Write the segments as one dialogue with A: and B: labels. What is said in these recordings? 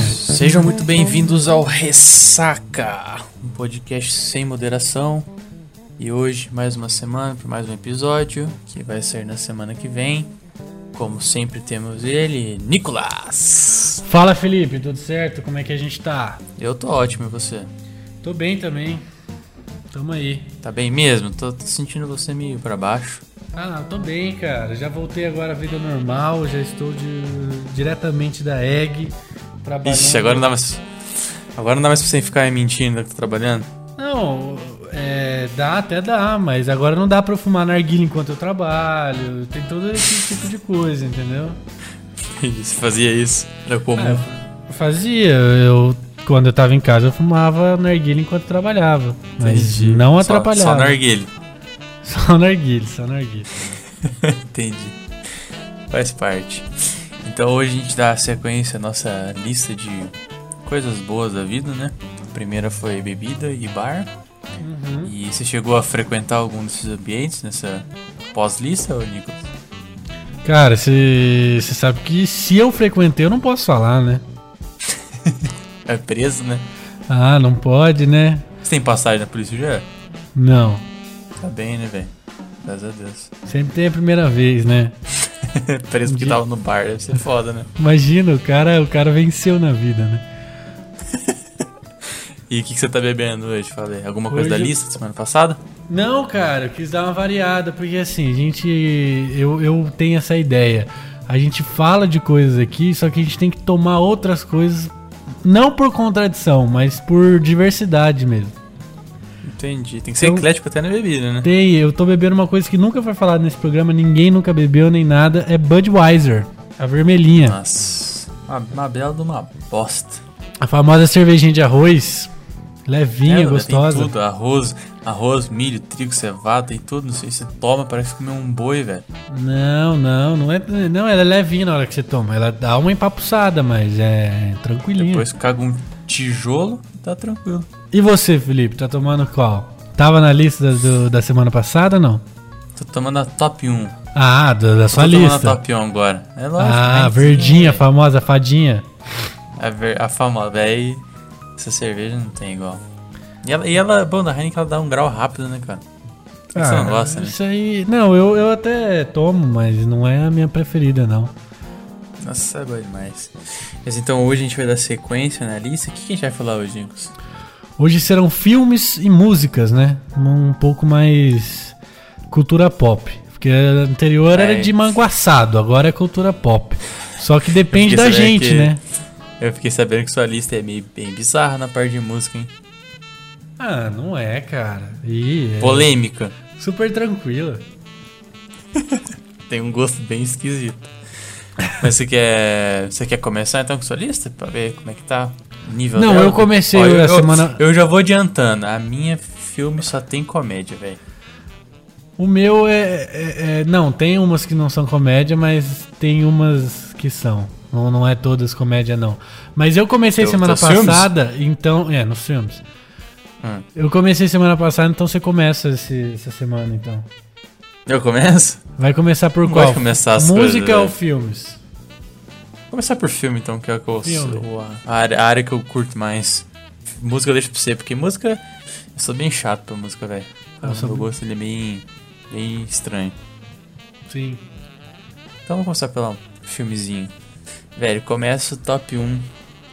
A: Sejam muito bem-vindos ao Ressaca, um podcast sem moderação. E hoje, mais uma semana para mais um episódio, que vai ser na semana que vem. Como sempre, temos ele, Nicolas.
B: Fala Felipe, tudo certo? Como é que a gente tá?
A: Eu tô ótimo, e você?
B: Tô bem também. Tamo aí.
A: Tá bem mesmo? Tô, tô sentindo você meio para baixo.
B: Ah, eu tô bem, cara. Já voltei agora à vida normal, já estou de- diretamente da egg trabalhando.
A: Ixi, agora não dá mais. Agora não dá mais pra você ficar mentindo que tá trabalhando.
B: Não, é, dá até dá, mas agora não dá pra eu fumar narguilha enquanto eu trabalho. Tem todo esse tipo de coisa, entendeu?
A: Você fazia isso. Era comum.
B: É, eu fazia, eu quando eu tava em casa eu fumava narguilha enquanto eu trabalhava, É, mas
A: Entendi.
B: não
A: Só-
B: atrapalhava.
A: Só narguilha.
B: Só narguilha, só narguilha.
A: Entendi. Faz parte. Então hoje a gente dá sequência à nossa lista de coisas boas da vida, né? A primeira foi bebida e bar.
B: Uhum.
A: E você chegou a frequentar algum desses ambientes nessa pós-lista, ô Nicolas?
B: Cara, você sabe que se eu frequentei, eu não posso falar, né?
A: É preso, né?
B: Ah, não pode, né?
A: Você tem passagem na polícia já?
B: Não.
A: Tá bem, né, velho? Graças a Deus.
B: Sempre tem a primeira vez, né?
A: preso porque
B: Entendi.
A: tava no bar, deve ser foda, né?
B: Imagina, o cara, o cara venceu na vida, né?
A: E o que, que você tá bebendo hoje? Falei. Alguma coisa da
B: Hoje eu-
A: lista de semana passada?
B: Não, cara, eu quis dar uma variada, porque assim, a gente. Eu, eu tenho essa ideia. A gente fala de coisas aqui, só que a gente tem que tomar outras coisas, não por contradição, mas por diversidade mesmo.
A: Entendi. Tem que ser
B: Então-
A: eclético até na bebida, né?
B: Tem, eu tô bebendo uma coisa que nunca foi falada nesse programa, ninguém nunca bebeu nem nada, é Budweiser, a vermelhinha.
A: Nossa, uma, uma bela de uma bosta.
B: A famosa cervejinha de arroz, levinha,
A: Ela né? Tem
B: gostosa.
A: tudo, arroz, arroz, milho, trigo, cevada, tem tudo. Não sei se toma, parece comer um boi, velho.
B: Não, não, não é, não, ela é levinha na hora que você toma, ela dá uma empapuçada, mas é tranquilinha.
A: Depois caga um tijolo, tá tranquilo.
B: E você, Felipe, tá tomando qual? Tava na lista do- da semana passada, não?
A: Tô tomando a top 1.
B: Ah, da, da sua
A: Tô tomando a
B: lista.
A: top 1 agora. É lógico.
B: Ah,
A: né?
B: verdinha, a famosa fadinha.
A: A, ver, a famosa, velho. Essa cerveja não tem igual. E ela, e ela bom, na Heineken ela dá um grau rápido, né, cara? Por que que você
B: Ah,
A: não gosta, né?
B: Isso aí. Não, eu, eu até tomo, mas não é a minha preferida, não.
A: Nossa, é bom demais. Mas então hoje a gente vai dar sequência na lista. O que, que a gente vai falar hoje, Nicos?
B: Hoje serão filmes e músicas, né? Um pouco mais cultura pop. Porque a anterior
A: É.
B: era de manguaçado, agora é cultura pop. Só que depende
A: Eu fiquei
B: da
A: sabendo
B: gente,
A: que-
B: né?
A: Eu fiquei sabendo que sua lista é meio bem bizarra na parte de música, hein?
B: Ah, não é, cara. Ih, é
A: Polêmica.
B: super tranquila.
A: Tem um gosto bem esquisito. Mas você quer. Você quer começar então com sua lista? Pra ver como é que tá o nível
B: Não,
A: dela?
B: eu comecei
A: Ó,
B: a
A: eu,
B: semana-
A: Eu, já vou adiantando. A minha filme só tem comédia, velho.
B: O meu é, é- é- Não, tem umas que não são comédia, mas tem umas que são. Não, não é todas comédia, não. Mas eu comecei
A: Então,
B: semana
A: nos filmes?
B: passada, então. É, nos filmes.
A: Hum.
B: Eu comecei semana passada, então você começa esse- essa semana, então.
A: Eu começo?
B: Vai começar por
A: Não gosto
B: qual?
A: de começar as
B: Música é
A: coisas, é.
B: ou
A: velho.
B: filmes?
A: Vou começar por filme então, que é o que eu,
B: Filme.
A: o- a, área, a área que eu curto mais. Música eu deixo pra você, porque música. Eu sou bem chato pra música, velho.
B: Eu
A: O
B: sou-
A: meu gosto ele é bem. bem estranho.
B: Sim.
A: Então vamos começar pelo filmezinho. Velho, começa o top 1.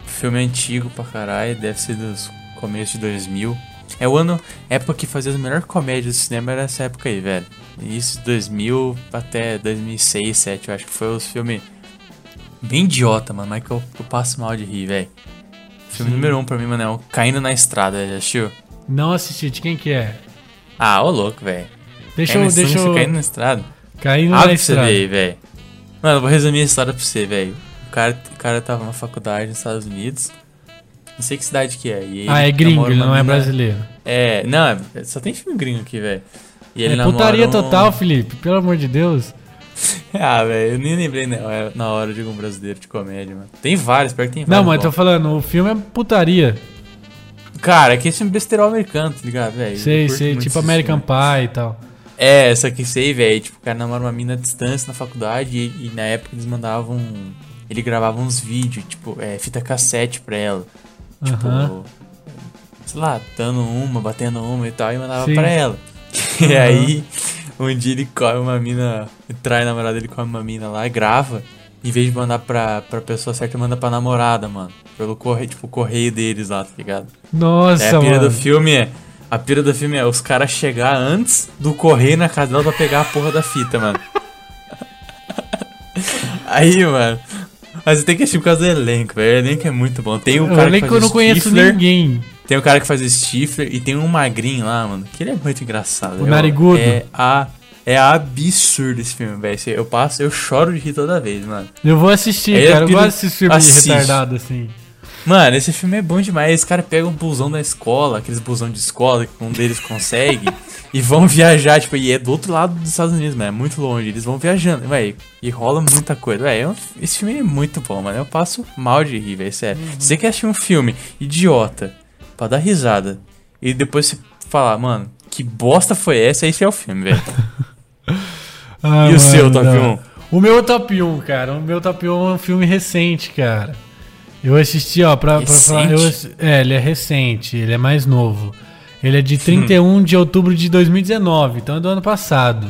A: Filme antigo pra caralho, deve ser dos começos de 2000. É o ano, época que fazia as melhores comédias do cinema era essa época aí, velho. Isso, 2000 até 2006, 2007, eu acho que foi os filmes bem idiota, mano, mas que eu, eu passo mal de rir, velho. Filme
B: Sim.
A: número 1 um pra mim, mano, é o Caindo na Estrada, já assistiu?
B: Não assisti, de quem que é?
A: Ah, ô louco, velho.
B: Deixa
A: Caindo na
B: eu.
A: Estrada,
B: Deixa eu.
A: Caindo na Estrada.
B: Caindo
A: Ah,
B: na
A: pra você ver
B: estrada.
A: aí, velho. Mano, eu vou resumir a história pra você, velho. O cara, o cara tava na faculdade nos Estados Unidos. Não sei que cidade que é. E ele
B: Ah, é gringo,
A: namora
B: ele
A: uma
B: não é
A: mina-
B: brasileiro.
A: É, não, é- só tem filme gringo aqui, velho. E ele
B: É
A: namora
B: putaria
A: um-
B: total, Felipe, pelo amor de Deus.
A: Ah, velho, eu nem lembrei na hora, na hora de algum brasileiro de comédia, mano. Tem vários, pior que tem vários.
B: Não, mas
A: bom.
B: tô falando, o filme é putaria.
A: Cara, aqui é filme besteiro americano, tá ligado, velho? Eu
B: Sei,
A: curto
B: sei,
A: muito
B: tipo
A: esses
B: American
A: filmes.
B: Pie e tal.
A: É, só que sei, velho. Tipo, o cara namora uma mina à distância na faculdade e, e na época eles mandavam ele gravava uns vídeos, tipo, é, fita cassete pra ela. Tipo,
B: Aham.
A: sei lá, dando uma, batendo uma e tal, e mandava
B: Sim.
A: pra ela. E
B: Aham.
A: aí, um dia ele come uma mina, ele trai a namorada, ele come uma mina lá, grava. Em vez de mandar pra, pra pessoa certa, manda pra namorada, mano. Pelo correio, tipo, o correio deles lá, tá ligado?
B: Nossa,
A: É, a pira
B: mano.
A: do filme é. A pira do filme é os caras chegar antes do correio na casa dela pra pegar a porra da fita, mano. Aí, mano. Mas tem que assistir por causa do elenco, velho. O elenco é muito bom. Tem um
B: eu
A: cara
B: nem
A: que
B: que eu
A: faz
B: não
A: o
B: conheço
A: Stifler,
B: ninguém.
A: tem o cara que faz o Stifler e tem um magrinho lá, mano. Que ele é muito engraçado.
B: O
A: Eu-
B: narigudo.
A: É, a, é absurdo esse filme, velho. Eu passo, eu choro de rir toda vez, mano.
B: Eu vou assistir,
A: É,
B: cara. Eu
A: filho,
B: gosto desses filmes
A: assiste.
B: retardados, assim.
A: Mano, esse filme é bom demais. Esse cara pega um busão da escola, aqueles busão de escola que um deles consegue, e vão viajar, tipo, e é do outro lado dos Estados Unidos, mano. É muito longe. Eles vão viajando, velho. E rola muita coisa. Véi, é um- esse filme é muito bom, mano. Eu passo mal de rir, velho. Sério.
B: Uhum.
A: Se você quer assistir um filme idiota pra dar risada, e depois você falar, mano, que bosta foi essa? Esse é o filme, velho.
B: Ah,
A: E o seu,
B: mano,
A: Top
B: não.
A: 1?
B: O meu top 1, cara. O meu top 1 é um filme recente, cara. Eu assisti, ó, pra, pra falar. eu
A: Recente?
B: assi- é, ele é recente, ele é mais novo. Ele é de
A: Hum.
B: 31 de outubro de 2019, então é do ano passado.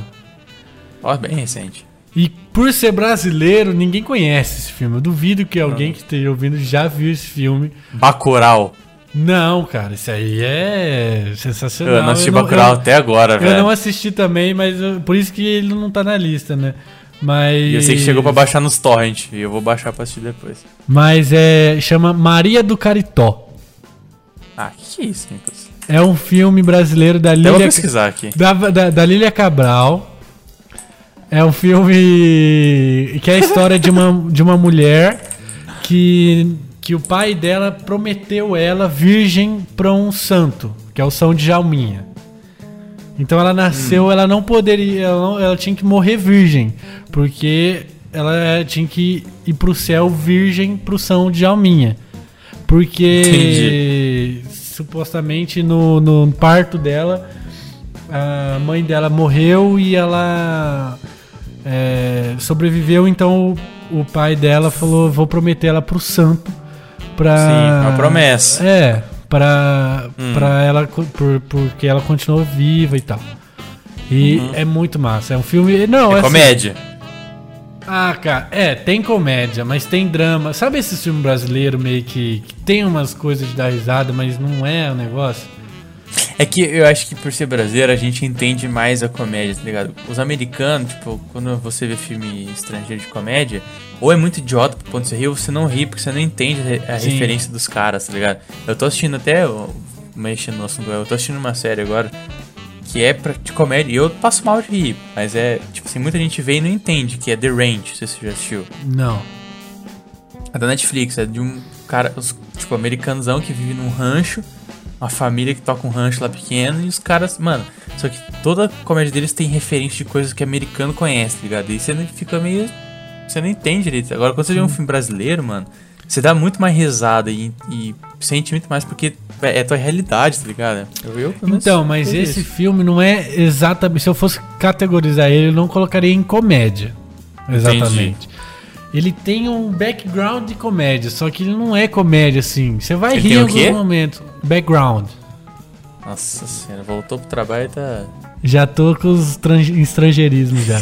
A: Ó, bem recente.
B: E por ser brasileiro, ninguém conhece esse filme. Eu duvido que
A: Ah.
B: alguém que esteja ouvindo já viu esse filme.
A: Bacurau.
B: Não, cara, isso aí é sensacional.
A: Eu não assisti
B: não-
A: Bacurau
B: eu-
A: até agora,
B: Eu não
A: velho.
B: assisti também, mas eu- por isso que ele não tá na lista, né? Mas.
A: E eu sei que chegou pra baixar nos torrent, e eu vou baixar pra assistir depois.
B: Mas é. Chama Maria do Caritó.
A: Ah, que que é isso, Nicolas? Então
B: É um filme brasileiro da
A: Eu vou
B: Lília.
A: pesquisar aqui.
B: Da, da, da Lília Cabral. É um filme que é a história de uma, de uma mulher que, que o pai dela prometeu ela virgem pra um santo, que é o São Djalminha. Então ela nasceu, ela não poderia, ela, não- ela tinha que morrer virgem, porque ela tinha que ir pro céu virgem pro São Djalminha. Porque supostamente no, no parto dela, a mãe dela morreu e ela é, sobreviveu, então o, o pai dela falou, vou prometer ela pro santo. Pra...
A: Sim, é uma promessa. Hum.
B: É, pra, pra ela, co- por- porque ela continuou viva e tal. E é muito massa. É um filme. Não,
A: Uhum. É
B: assim-
A: comédia.
B: Ah, cara, é, tem comédia, mas tem drama. Sabe esse filme brasileiro meio que, que tem umas coisas de dar risada, mas não é o negócio?
A: É que eu acho que por ser brasileiro a gente entende mais a comédia, tá ligado? Os americanos, tipo, quando você vê filme estrangeiro de comédia, ou é muito idiota pro ponto de você rir, ou você não ri porque você não entende a re- a
B: Sim.
A: referência dos caras, tá ligado? Eu tô assistindo até, eu- mexendo no assunto, eu tô assistindo uma série agora que é pra, de comédia e eu passo mal de rir, mas é, tipo assim, muita gente vê e não entende que é The Range, se você já assistiu.
B: Não.
A: É da Netflix, é de um cara, os- tipo, americanzão que vive num rancho, uma família que toca um rancho lá pequeno, e os caras, mano, só que toda comédia deles tem referência de coisas que americano conhece, tá ligado? E você não fica meio. Você não entende direito. Agora, quando você vê um filme brasileiro, mano, você dá muito mais risada e, e sente muito mais porque é, é tua realidade, tá ligado? Eu, eu, pelo menos,
B: Então, mas
A: fiz
B: esse
A: é isso.
B: filme não é exatamente. Se eu fosse categorizar ele, eu não colocaria em comédia. Exatamente. Ele tem um background de comédia, só que ele não é comédia assim. Você vai
A: Ele
B: rir
A: tem
B: em
A: o
B: alguns
A: quê?
B: momentos. Background.
A: Nossa senhora, voltou pro trabalho e tá.
B: Já tô com os tran- estrangeirismos já.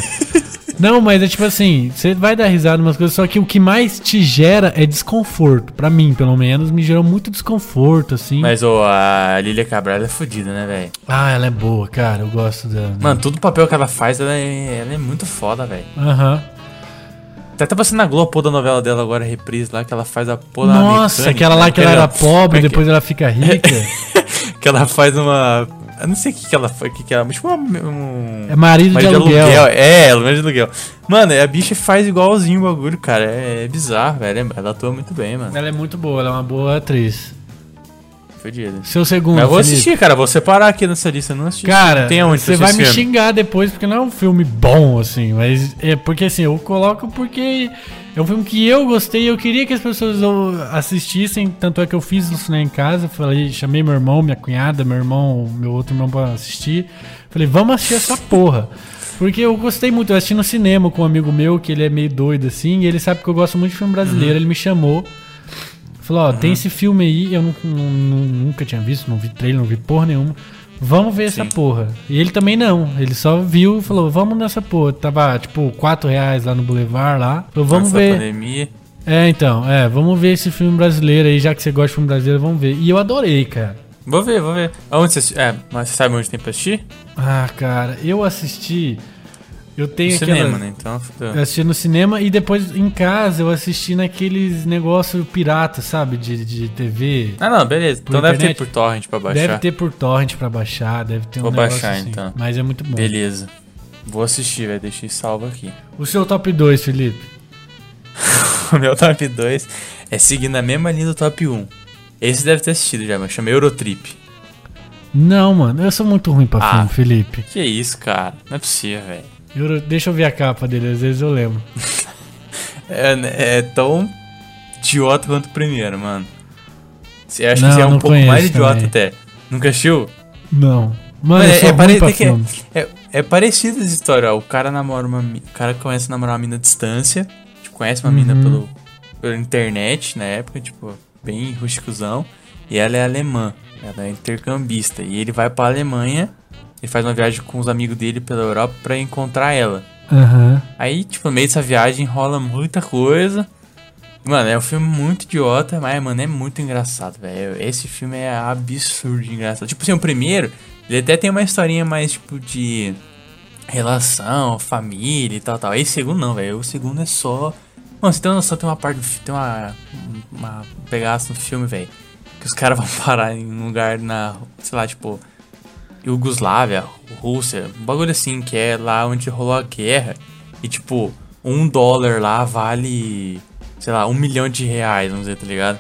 B: Não, mas é tipo assim, você vai dar risada em umas coisas, só que o que mais te gera é desconforto. Pra mim, pelo menos, me gerou muito desconforto, assim.
A: Mas, ô, a Lilia Cabral é fodida, né, velho?
B: Ah, ela é boa, cara, eu gosto dela. né?
A: Mano, todo papel que ela faz, ela é, ela é muito foda, velho.
B: Aham.
A: Tá até passando na Globo a porra da novela dela agora, a reprise lá, que ela faz a porra da
B: Nossa,
A: mecânica,
B: aquela lá
A: né?
B: que ela era pobre,
A: Como é que-
B: depois ela fica rica.
A: Que ela faz uma... Eu não sei o que que ela faz, o que que ela... mas Tipo, uma, um...
B: É marido,
A: Mas
B: de aluguel.
A: É, ela de aluguel. Mano, a bicha faz igualzinho o bagulho, cara. É, é bizarro, velho. Ela atua muito bem, mano.
B: Ela é muito boa, ela é uma boa atriz.
A: Fodida.
B: Seu segundo,
A: Mas eu vou
B: Felipe.
A: assistir, cara. Vou separar aqui nessa lista. Eu não assisti.
B: Cara,
A: tem aonde pra
B: você vai
A: assistir
B: me
A: esse filme?
B: xingar depois, porque não é um filme bom, assim, mas é porque assim, eu coloco porque é um filme que eu gostei, eu queria que as pessoas ó, assistissem, tanto é que eu fiz isso né, em casa, falei, chamei meu irmão, minha cunhada, meu irmão, meu outro irmão pra assistir. Falei, vamos assistir essa porra. Porque eu gostei muito, eu assisti no cinema com um amigo meu, que ele é meio doido assim, e ele sabe que eu gosto muito de filme brasileiro,
A: Uhum.
B: ele me chamou. Falou, ó, tem esse filme aí, eu nu- nu- nu- nunca tinha visto, não vi trailer, não vi porra nenhuma. Vamos ver
A: Sim.
B: essa porra. E ele também não. Ele só viu e falou, vamos nessa porra. Tava, tipo, 4 reais lá no Boulevard lá. Falou, vamos
A: Antes da
B: ver.
A: pandemia.
B: É, então, é, vamos ver esse filme brasileiro aí, já que você gosta de filme brasileiro, vamos ver. E eu adorei, cara.
A: Vou ver, vou ver. Onde você assisti- É, mas você sabe onde tem pra assistir?
B: Ah, cara, eu assisti. Eu
A: No
B: tenho aquela- É.
A: cinema, né? Então, fudeu.
B: Eu assisti no cinema e depois em casa eu assisti naqueles negócio pirata, sabe? De, de TV.
A: Ah, não, beleza.
B: Por
A: então deve
B: internet?
A: ter por torrent pra baixar.
B: Deve ter por torrent pra baixar, deve ter um
A: Vou
B: negócio
A: baixar,
B: assim.
A: então.
B: Mas é muito bom.
A: Beleza. Vou assistir, velho. Deixei salvo aqui.
B: O seu top 2, Felipe?
A: O meu top 2 é seguindo a mesma linha do top 1. Esse deve ter assistido já, mas chama Eurotrip.
B: Não, mano, eu sou muito ruim pra
A: Ah.
B: filme, Felipe.
A: Que isso, cara? Não é possível, velho.
B: Eu- deixa eu ver a capa dele, às vezes eu lembro.
A: É, é tão idiota quanto o primeiro, mano. Você acha
B: Não,
A: que você é um
B: não
A: pouco mais
B: conheço
A: idiota
B: também.
A: até. Nunca assistiu?
B: Não. Mano,
A: Mano,
B: eu
A: é,
B: sou
A: é
B: ruim
A: pare-
B: pra
A: é que é-
B: filme.
A: é- é parecida essa história, ó. O cara namora uma mi- O cara começa a namorar uma mina à distância. Tipo, conhece uma mina
B: Uhum.
A: pelo, pela internet na época, tipo, bem rusticuzão. E ela é alemã. Ela é intercambista. E ele vai pra Alemanha. Ele faz uma viagem com os amigos dele pela Europa pra encontrar ela.
B: Aham.
A: Aí, tipo, no meio dessa viagem rola muita coisa. Mano, é um filme muito idiota, mas, mano, é muito engraçado, velho. Esse filme é absurdo de engraçado. Tipo assim, o primeiro, ele até tem uma historinha mais, tipo, de relação, família e tal, tal. Aí o segundo não, velho. O segundo é só... Mano, você tem uma noção, tem uma parte do fi- Tem uma... Uma pegaço no filme, velho. Que os caras vão parar em um lugar na... Sei lá, tipo... Iugoslávia, Rússia, um bagulho assim, que é lá onde rolou a guerra. E tipo, um dólar lá vale, sei lá, um milhão de reais, vamos dizer, tá ligado?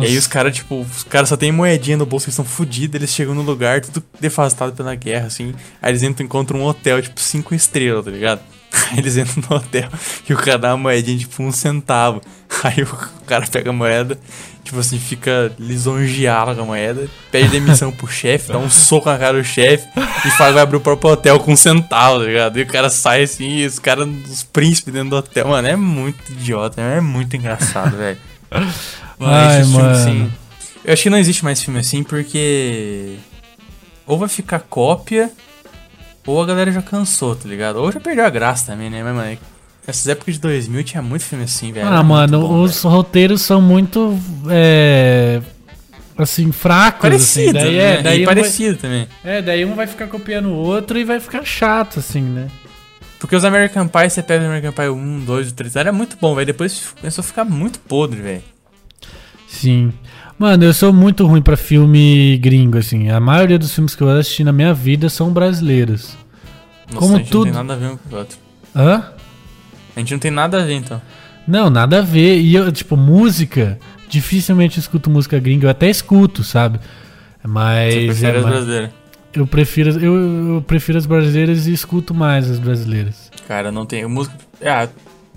A: E aí os caras, tipo, os caras só tem moedinha no bolso, eles são fodidos, eles chegam no lugar, tudo devastado pela guerra, assim. Aí eles entram e encontram um hotel, tipo, cinco estrelas, tá ligado? Aí eles entram no hotel e o cara dá uma moedinha, tipo, um centavo. Aí o cara pega a moeda, tipo assim, fica lisonjeado com a moeda, pede demissão pro chefe, dá um soco na cara do chefe e faz, vai abrir o próprio hotel com um centavo, tá ligado? E o cara sai assim, e os caras, os príncipes dentro do hotel, mano, é muito idiota, é muito engraçado, velho.
B: Ai,
A: esse
B: mano.
A: assim, eu acho que não existe mais filme assim porque. Ou vai ficar cópia, ou a galera já cansou, tá ligado? Ou já perdeu a graça também, né? Mas, mano, nessas épocas de 2000 tinha muito filme assim, velho. Era
B: Ah,
A: muito
B: mano,
A: bom,
B: os roteiros são muito. É, assim, fracos.
A: Parecido,
B: assim. Daí,
A: né?
B: é, daí
A: e
B: um vai-
A: parecido também.
B: é, daí um vai ficar copiando o outro e vai ficar chato, assim, né?
A: Porque os American Pie, você pega o American Pie 1, 2, 3, era muito bom, velho. Depois começou a ficar muito podre, velho.
B: Sim. Mano, eu sou muito ruim pra filme gringo, assim. A maioria dos filmes que eu assisti na minha vida são brasileiros.
A: Nossa,
B: Como
A: a gente
B: tudo-
A: não tem nada a ver um com o outro.
B: Hã?
A: A gente não tem nada a ver, então.
B: Não, nada a ver. E eu, tipo, música, dificilmente eu escuto música gringa. Eu até escuto, sabe? Mas.
A: Você prefere
B: é
A: as
B: mais-
A: brasileiras.
B: eu, prefiro, eu, eu prefiro as brasileiras e escuto mais as brasileiras.
A: Cara, não tem música. Ah,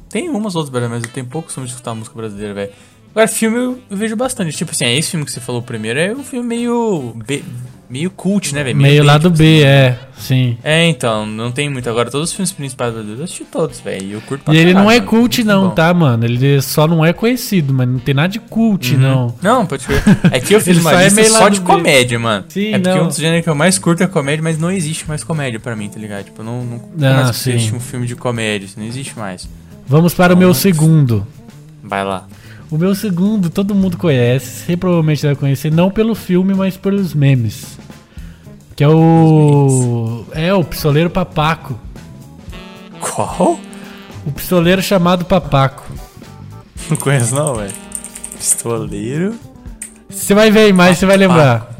A: tem umas outras brasileiras, mas eu tenho pouco costume de escutar música brasileira, velho. Agora, filme eu eu vejo bastante. Tipo assim, é esse filme que você falou primeiro, é um filme meio. B- meio cult, né, velho?
B: Meio
A: B,
B: lado
A: tipo
B: B, é, sim.
A: assim. É, então, não tem muito. Agora, todos os filmes principais brasileiros eu assisti todos, velho. E eu curto pra
B: E ele
A: caralho,
B: não é
A: mano.
B: cult,
A: Tá Muito
B: não,
A: bom.
B: tá, mano? Ele só não é conhecido, mas não tem nada de cult,
A: Uhum.
B: não.
A: Não, pode ver. É que eu fiz
B: Ele
A: uma
B: só é
A: lista
B: meio
A: só
B: lado
A: de
B: B.
A: comédia, mano.
B: Sim,
A: é porque
B: não.
A: um dos gêneros que eu mais curto é comédia, mas não existe mais comédia pra mim, tá ligado? Tipo, não, não,
B: Ah,
A: mais
B: sim.
A: existe um filme de comédia, isso não existe mais.
B: Vamos para o meu
A: Nossa.
B: segundo.
A: Vai lá.
B: O meu segundo, todo mundo conhece, você provavelmente vai conhecer, não pelo filme, mas pelos memes. Que é o. É, o Pistoleiro Papaco.
A: Qual?
B: O pistoleiro chamado Papaco.
A: Não conheço não, velho. Pistoleiro.
B: Você vai ver a imagem, você vai lembrar.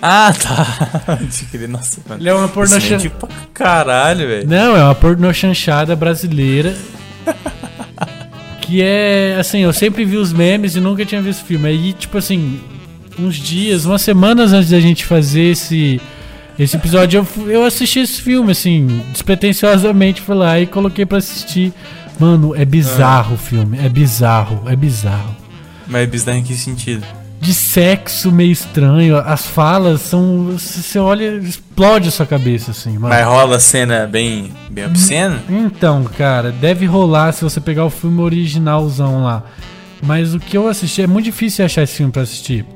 A: Ah, tá. De crer, nossa, mano.
B: Ele é uma
A: Isso é
B: pornochan...
A: tipo pra caralho, velho.
B: Não, é uma pornochanchada brasileira. que é. Assim, eu sempre vi os memes e nunca tinha visto o filme. Aí, tipo assim, uns dias, umas semanas antes da gente fazer esse. Esse episódio eu, fu- eu assisti esse filme, assim, despretensiosamente fui lá e coloquei pra assistir. Mano, é bizarro o filme, é bizarro, é bizarro.
A: Mas bizarro em que sentido?
B: de sexo meio estranho. As falas são. Você olha, explode a sua cabeça, assim, mano.
A: Mas rola cena bem, bem obscena?
B: Então, cara, deve rolar se você pegar o filme originalzão lá. Mas o que eu assisti, é muito difícil achar esse filme pra assistir.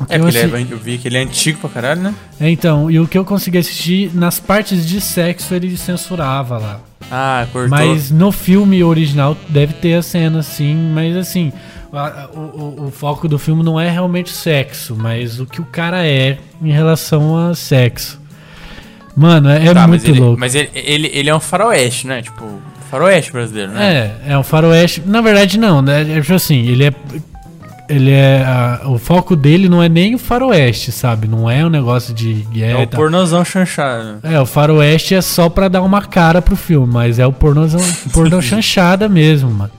B: O que
A: É,
B: eu
A: porque
B: assi-
A: ele é- eu vi que ele é antigo pra caralho, né?
B: É, Então, e o que eu consegui assistir, nas partes de sexo ele censurava lá.
A: Ah, cortou.
B: Mas no filme original deve ter a cena, sim. Mas assim, a- a- o, o- o foco do filme não é realmente sexo, mas o que o cara é em relação a sexo. Mano, é, é
A: Tá, mas
B: muito
A: ele,
B: louco.
A: Mas ele, ele, ele é um faroeste, né? Tipo, faroeste brasileiro, né?
B: É, é um faroeste. Na verdade, não, né? É tipo assim, ele é. Ele é. a- o foco dele não é nem o faroeste, sabe? Não é um negócio de
A: É
B: guerra. e
A: o
B: tal.
A: pornozão né? chanchado.
B: É, o faroeste é só pra dar uma cara pro filme, mas é o pornozão, pornô chanchada mesmo, mano.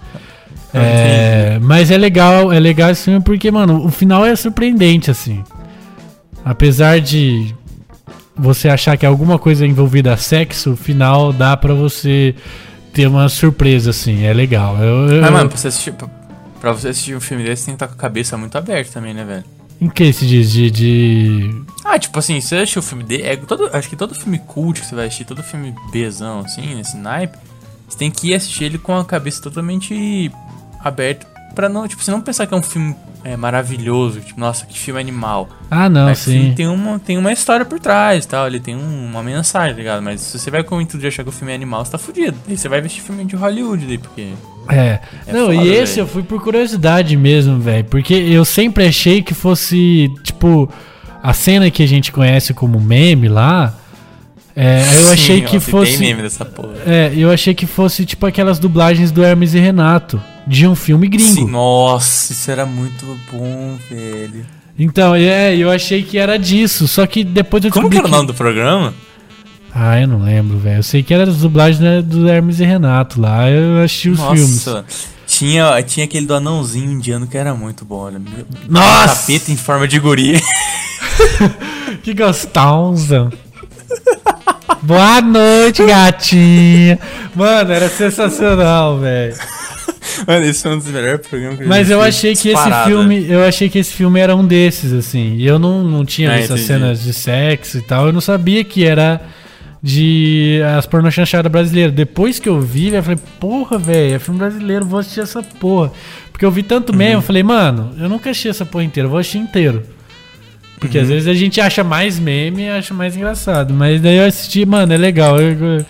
A: Ah,
B: É, mas é legal, é legal esse filme porque, mano, o final é surpreendente, assim. Apesar de você achar que alguma coisa envolvida a sexo, o final dá pra você ter uma surpresa, assim, é legal. Eu, eu-
A: Mas, mano, pra você, assistir, pra, pra você assistir um filme desse, tem que estar com a cabeça muito aberta também, né, velho?
B: Em que se diz? De. de-
A: Ah, tipo assim, você assistiu o filme dele. É todo, acho que todo filme cult que você vai assistir, todo filme Bzão, assim, nesse naipe, você tem que ir assistir ele com a cabeça totalmente aberta. Pra não, tipo, você não pensar que é um filme é, maravilhoso, tipo, nossa, que filme animal.
B: Ah, não,
A: Mas o filme
B: sim.
A: É tem uma, tem uma história por trás tal, ele tem um- uma mensagem, tá ligado? Mas se você vai com o intuito de achar que o filme é animal, você tá fudido. E você vai vestir filme de Hollywood daí, porque.
B: É.
A: É
B: Não,
A: foda,
B: e esse
A: velho.
B: eu fui por curiosidade mesmo, velho. Porque eu sempre achei que fosse, tipo, a cena que a gente conhece como meme lá. É, eu
A: Sim,
B: achei
A: ó,
B: que
A: se
B: fosse.
A: Tem meme dessa porra.
B: É, eu achei que fosse, tipo, aquelas dublagens do Hermes e Renato. De um filme gringo.
A: Sim, nossa, isso era muito bom, velho.
B: Então, é, eu achei que era disso. Só que depois eu
A: Como que era
B: descobri
A: o nome do programa?
B: Ah, eu não lembro, velho. Eu sei que era as dublagens né, do Hermes e Renato lá. Eu assisti os filmes.
A: Nossa, tinha, tinha aquele do anãozinho indiano que era muito bom, olha. Meu-
B: Nossa!
A: Capeta em forma de guri.
B: Que gostosa. Boa noite, gatinha. Mano, era sensacional, velho.
A: Mano, esse é um dos melhores programas que
B: Mas
A: já
B: eu
A: vi,
B: achei que esse
A: disparado.
B: filme, eu achei que esse filme era um desses assim. E eu não, não tinha
A: Ah,
B: visto as
A: entendi.
B: cenas de sexo e tal. Eu não sabia que era de as porno chanchada brasileira. Depois que eu vi, eu falei, porra, velho, é filme brasileiro, vou assistir essa porra. Porque eu vi tanto
A: Uhum.
B: meme, eu falei, mano, eu nunca achei essa porra inteira, eu vou assistir inteiro. Porque
A: Uhum.
B: às vezes a gente acha mais meme e acha mais engraçado. Mas daí eu assisti, mano, é legal. Eu- eu-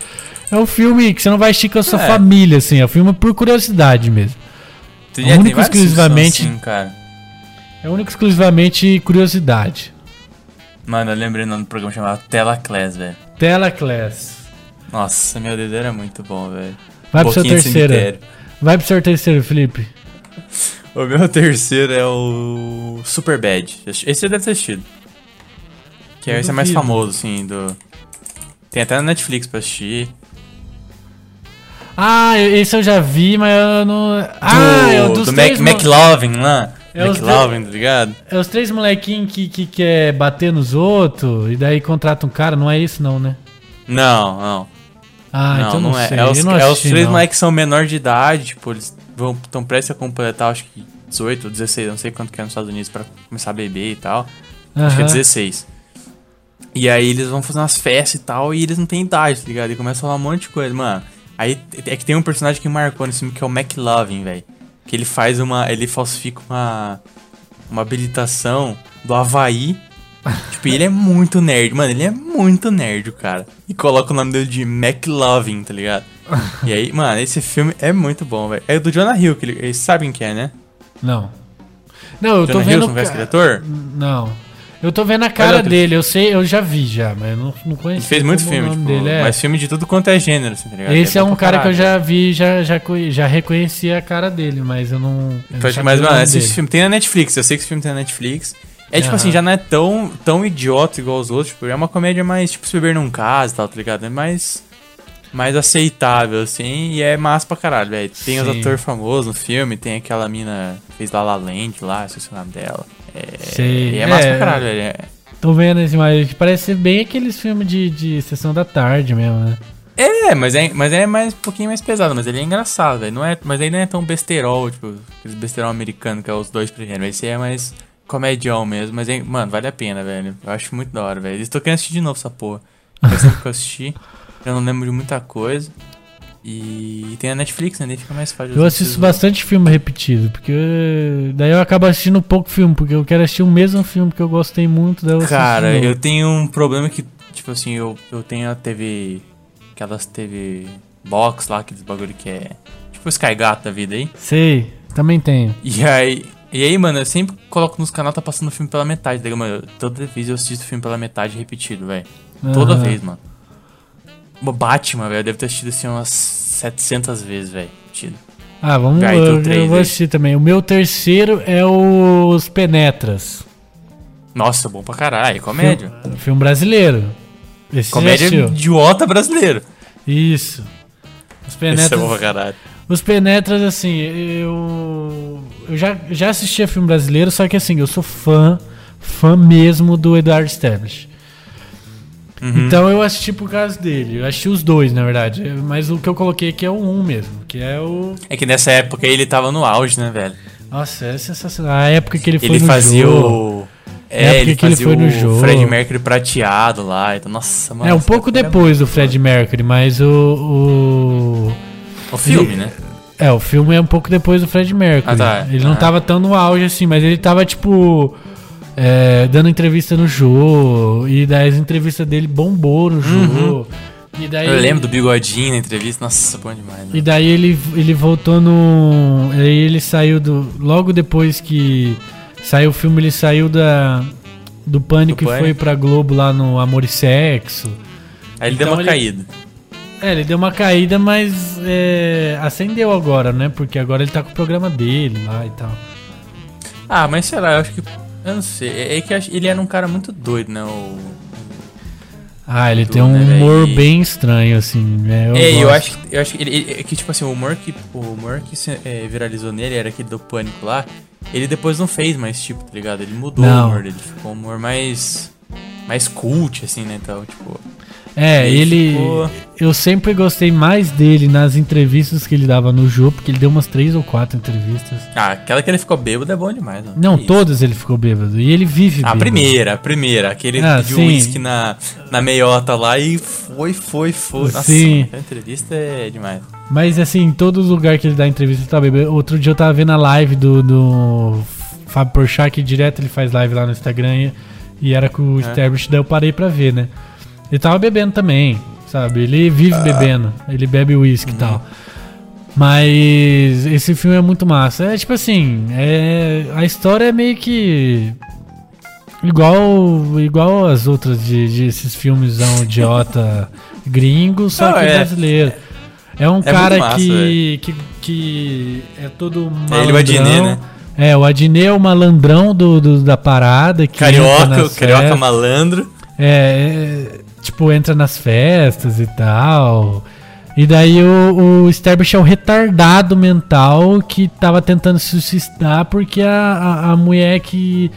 B: é um filme que você não vai assistir com a sua
A: É.
B: família, assim. É um filme por curiosidade mesmo.
A: Tem- é, tem
B: único
A: vários filmes que são
B: exclusivamente-
A: assim, cara.
B: É único e exclusivamente curiosidade.
A: Mano, eu lembrei o nome do programa chamado Tela Class, velho.
B: Tela Class.
A: Nossa, meu Deus, era muito bom, velho.
B: Vai pro seu
A: Boquinha de
B: terceiro.
A: cemitério.
B: Vai pro seu terceiro, Felipe.
A: O meu terceiro é o Super Bad. Esse você deve ter assistido. Que
B: Eu
A: é esse é mais
B: duvido.
A: famoso, assim, do. Tem até na Netflix pra assistir.
B: Ah, eu- esse eu já vi, mas eu não. Ah, é o dos
A: do Mac,
B: três. mo-
A: McLovin lá.
B: É os
A: McLovin, tá ligado?
B: É os três molequinhos que, que quer bater nos outros e daí contrata um cara. Não é isso, não, né?
A: Não, não.
B: Ah,
A: não,
B: então não,
A: é.
B: sei.
A: É os,
B: eu não
A: é os
B: assisti,
A: três
B: não.
A: moleques que são menor de idade, tipo, eles vão estão prestes a completar, acho que 18 ou 16, não sei quanto que é nos Estados Unidos pra começar a beber e tal. Acho que é
B: Aham.
A: 16. E aí eles vão fazer umas festas e tal, e eles não têm idade, tá ligado? E começa a falar um monte de coisa, mano. Aí é que tem um personagem que marcou nesse filme que é o McLovin, velho. Que ele faz uma. Ele falsifica uma. Uma habilitação do Havaí. tipo, e ele é muito nerd, mano. Ele é muito nerd, o cara. E coloca o nome dele de McLovin, tá ligado? E aí, mano, esse filme é muito bom, velho. É do Jonah Hill, que ele, eles sabem quem é, né?
B: Não. Não, eu tô
A: Jonah Hill,
B: vendo.
A: não conhece aquele
B: ca-
A: ator?
B: Não. Eu tô vendo a
A: lá,
B: cara
A: Felipe.
B: dele, eu sei, eu já vi já, mas eu não, não
A: Ele
B: conheço.
A: fez muito filme, tipo,
B: é.
A: mas filme de tudo quanto é gênero, assim, tá ligado?
B: Esse é
A: bom
B: um
A: pra
B: cara que eu
A: caralho.
B: já vi, já, já, conhe- já reconheci a cara dele, mas eu não. eu não
A: Então, acho que-
B: sabia
A: Mas,
B: o
A: mano,
B: nome
A: esse
B: dele.
A: filme tem na Netflix, eu sei que esse filme tem na Netflix. É, tipo
B: Aham.
A: assim, já não é tão, tão idiota igual os outros, tipo, é uma comédia mais, tipo, se beber num caso e tal, tá ligado? É mais, mais aceitável, assim, e é massa pra caralho, velho. Tem os
B: Sim.
A: atores famosos no filme, tem aquela mina que fez La La Land lá, esqueci o nome dela. É,
B: Sei.
A: e é massa
B: É.
A: pra caralho, velho. É-
B: Tô vendo as imagens que parece ser bem aqueles filmes de, de sessão da tarde mesmo, né?
A: É, mas é, mas é mais, um pouquinho mais pesado, mas ele é engraçado, velho. Não é, mas aí não é tão besterol, tipo, aquele besterol americano que é os dois primeiros. Esse é mais comedião mesmo, mas, hein, mano, vale a pena, velho. Eu acho muito da hora, velho. Estou querendo assistir de novo essa porra. Faz tempo que eu assisti, eu não lembro de muita coisa. E tem a Netflix, né? Daí fica mais fácil.
B: Eu assisto bastante filme repetido, porque daí eu acabo assistindo pouco filme, porque eu quero assistir o mesmo filme que eu gostei muito. Daí eu assisto
A: Cara,
B: de novo.
A: eu tenho um problema que, tipo assim, eu, eu tenho a TV. Aquelas TV Box lá, aqueles bagulho que é. Tipo o Sky Gato da vida aí.
B: Sei, também tenho.
A: E aí. E aí, mano, eu sempre coloco nos canal, tá passando o filme pela metade. Daí, mano, eu- toda vez eu assisto o filme pela metade repetido, velho. Toda
B: Aham.
A: vez, mano. O Batman, velho, eu devo ter assistido assim umas 700 vezes, velho. repetido.
B: Ah, vamos
A: Vai,
B: lá.
A: então
B: Eu, eu
A: três
B: vou
A: aí.
B: assistir também. O meu terceiro é os Penetras.
A: Nossa, bom pra caralho, é comédia.
B: Filme, filme brasileiro. Esse
A: Comédia
B: já assistiu.
A: idiota brasileiro.
B: Isso. Os
A: Esse é
B: Penetras.
A: bom pra caralho.
B: Os Penetras, assim, eu. Eu já, já assistia filme brasileiro, só que assim, eu sou fã, fã mesmo do Eduardo Stablish.
A: Uhum.
B: Então eu assisti por causa dele. Eu assisti os dois, na verdade. Mas o que eu coloquei aqui é o um mesmo, que é o.
A: É que nessa época ele tava no auge, né, velho?
B: Nossa, é sensacional. A época que ele foi
A: ele
B: no
A: fazia
B: jogo.
A: o. É,
B: época
A: ele
B: que ele
A: fazia
B: foi no
A: o
B: jogo.
A: Fred Mercury prateado lá. Então, nossa, mano.
B: É, um
A: essa
B: pouco
A: época era-
B: depois do Fred Mercury, mas o,
A: O filme, né?
B: o- É, o filme é um pouco depois do Fred Mercury.
A: Ah, tá.
B: Ele não
A: Ah.
B: tava tão no auge assim, mas ele tava, tipo, é, dando entrevista no Jô, e daí as entrevistas dele bombou no Jô. E daí,
A: Uhum. Eu lembro do bigodinho na entrevista. Nossa, bom demais. né?
B: E daí ele, ele voltou no... Aí ele saiu do... Logo depois que saiu o filme, ele saiu da... Do pânico,
A: Do
B: e
A: Pânico.
B: foi pra Globo lá no Amor e Sexo.
A: Aí ele
B: então
A: deu uma
B: ele-
A: caída.
B: É, ele deu uma caída, mas é, acendeu agora, né? Porque agora ele tá com o programa dele lá e tal.
A: Ah, mas sei lá, eu acho que. Eu não sei. É é que eu acho- ele era um cara muito doido, né? O...
B: Ah, ele
A: Tudo,
B: tem um
A: né, velho?
B: humor
A: E-
B: bem estranho, assim, né?
A: é, eu
B: gosto.
A: acho que. Eu acho que, ele- ele- é que, tipo assim, o humor que, o humor que se, é, viralizou nele era aquele do pânico lá. Ele depois não fez mais, tipo, tá ligado? Ele mudou
B: Não.
A: o humor dele. Ficou um humor mais. Mais cult, assim, né? Então, tipo.
B: É,
A: ele
B: ele.
A: ficou-
B: Eu sempre gostei mais dele nas entrevistas que ele dava no jogo, porque ele deu umas três ou quatro entrevistas.
A: Ah, aquela que ele ficou bêbado é bom demais, mano.
B: Não,
A: Que isso. Ah,
B: todas ele ficou bêbado. E ele vive
A: A
B: bêbado.
A: primeira, a primeira. Aquele
B: Ah,
A: pediu
B: sim.
A: uísque na, na meiota lá e foi, foi, foi. Nossa,
B: Sim.
A: mano, aquela entrevista é demais.
B: Mas assim, em todo lugar que ele dá entrevista, ele tá bêbado. Outro dia eu tava vendo a live do, do Fábio Porchat, que direto ele faz live lá no Instagram, e, e era com o
A: É.
B: Sterbich, daí eu parei pra ver, né? Ele tava bebendo também, sabe? Ele vive
A: Ah.
B: bebendo, ele bebe uísque e
A: Uhum.
B: tal. Mas esse filme é muito massa. É tipo assim, é, a história é meio que igual igual as outras de, de esses filmes idiota gringos, só
A: Não,
B: que
A: é.
B: brasileiro. É um
A: É
B: cara
A: muito massa,
B: que, que, que é todo malandrão.
A: É, ele e o Adnet, né?
B: É, o Adnet é o malandrão do, do- da parada. Que entra
A: Carioca,
B: nas
A: o carioca
B: festas.
A: malandro.
B: É, é, tipo, entra nas festas e tal. E daí o, o Sterbich é o retardado mental que tava tentando se suicidar porque a, a, a mulher que,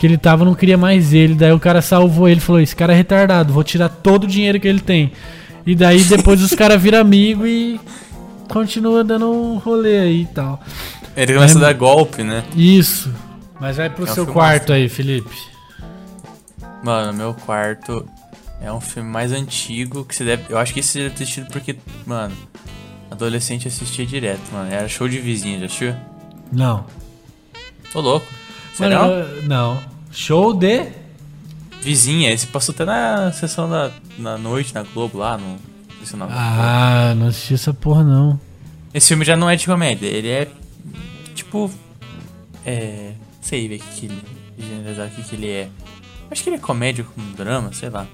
B: que ele tava não queria mais ele. Daí o cara salvou ele e falou: Esse cara é retardado, vou tirar todo o dinheiro que ele tem. E daí depois os caras viram amigo e continua dando um rolê aí e tal.
A: Ele começa
B: É.
A: a dar golpe, né?
B: Isso. Mas vai pro
A: É um
B: seu
A: filmaço.
B: quarto aí, Felipe.
A: Mano, meu quarto é um filme mais antigo que você deve. Eu acho que esse deve ter assistido porque, mano, adolescente assistia direto, mano. Era show de vizinho, já assistiu?
B: Não.
A: Tô louco.
B: Mano,
A: Será?
B: eu- não. Show de.
A: Vizinha, esse passou até na sessão da na noite, na Globo lá, no. não sei é o nome.
B: Ah, não assisti essa porra não.
A: Esse filme já não é de comédia, ele é tipo. É. Não sei ver o que, que ele. generalizar o que, que ele é. Acho que ele é comédia com drama, sei lá.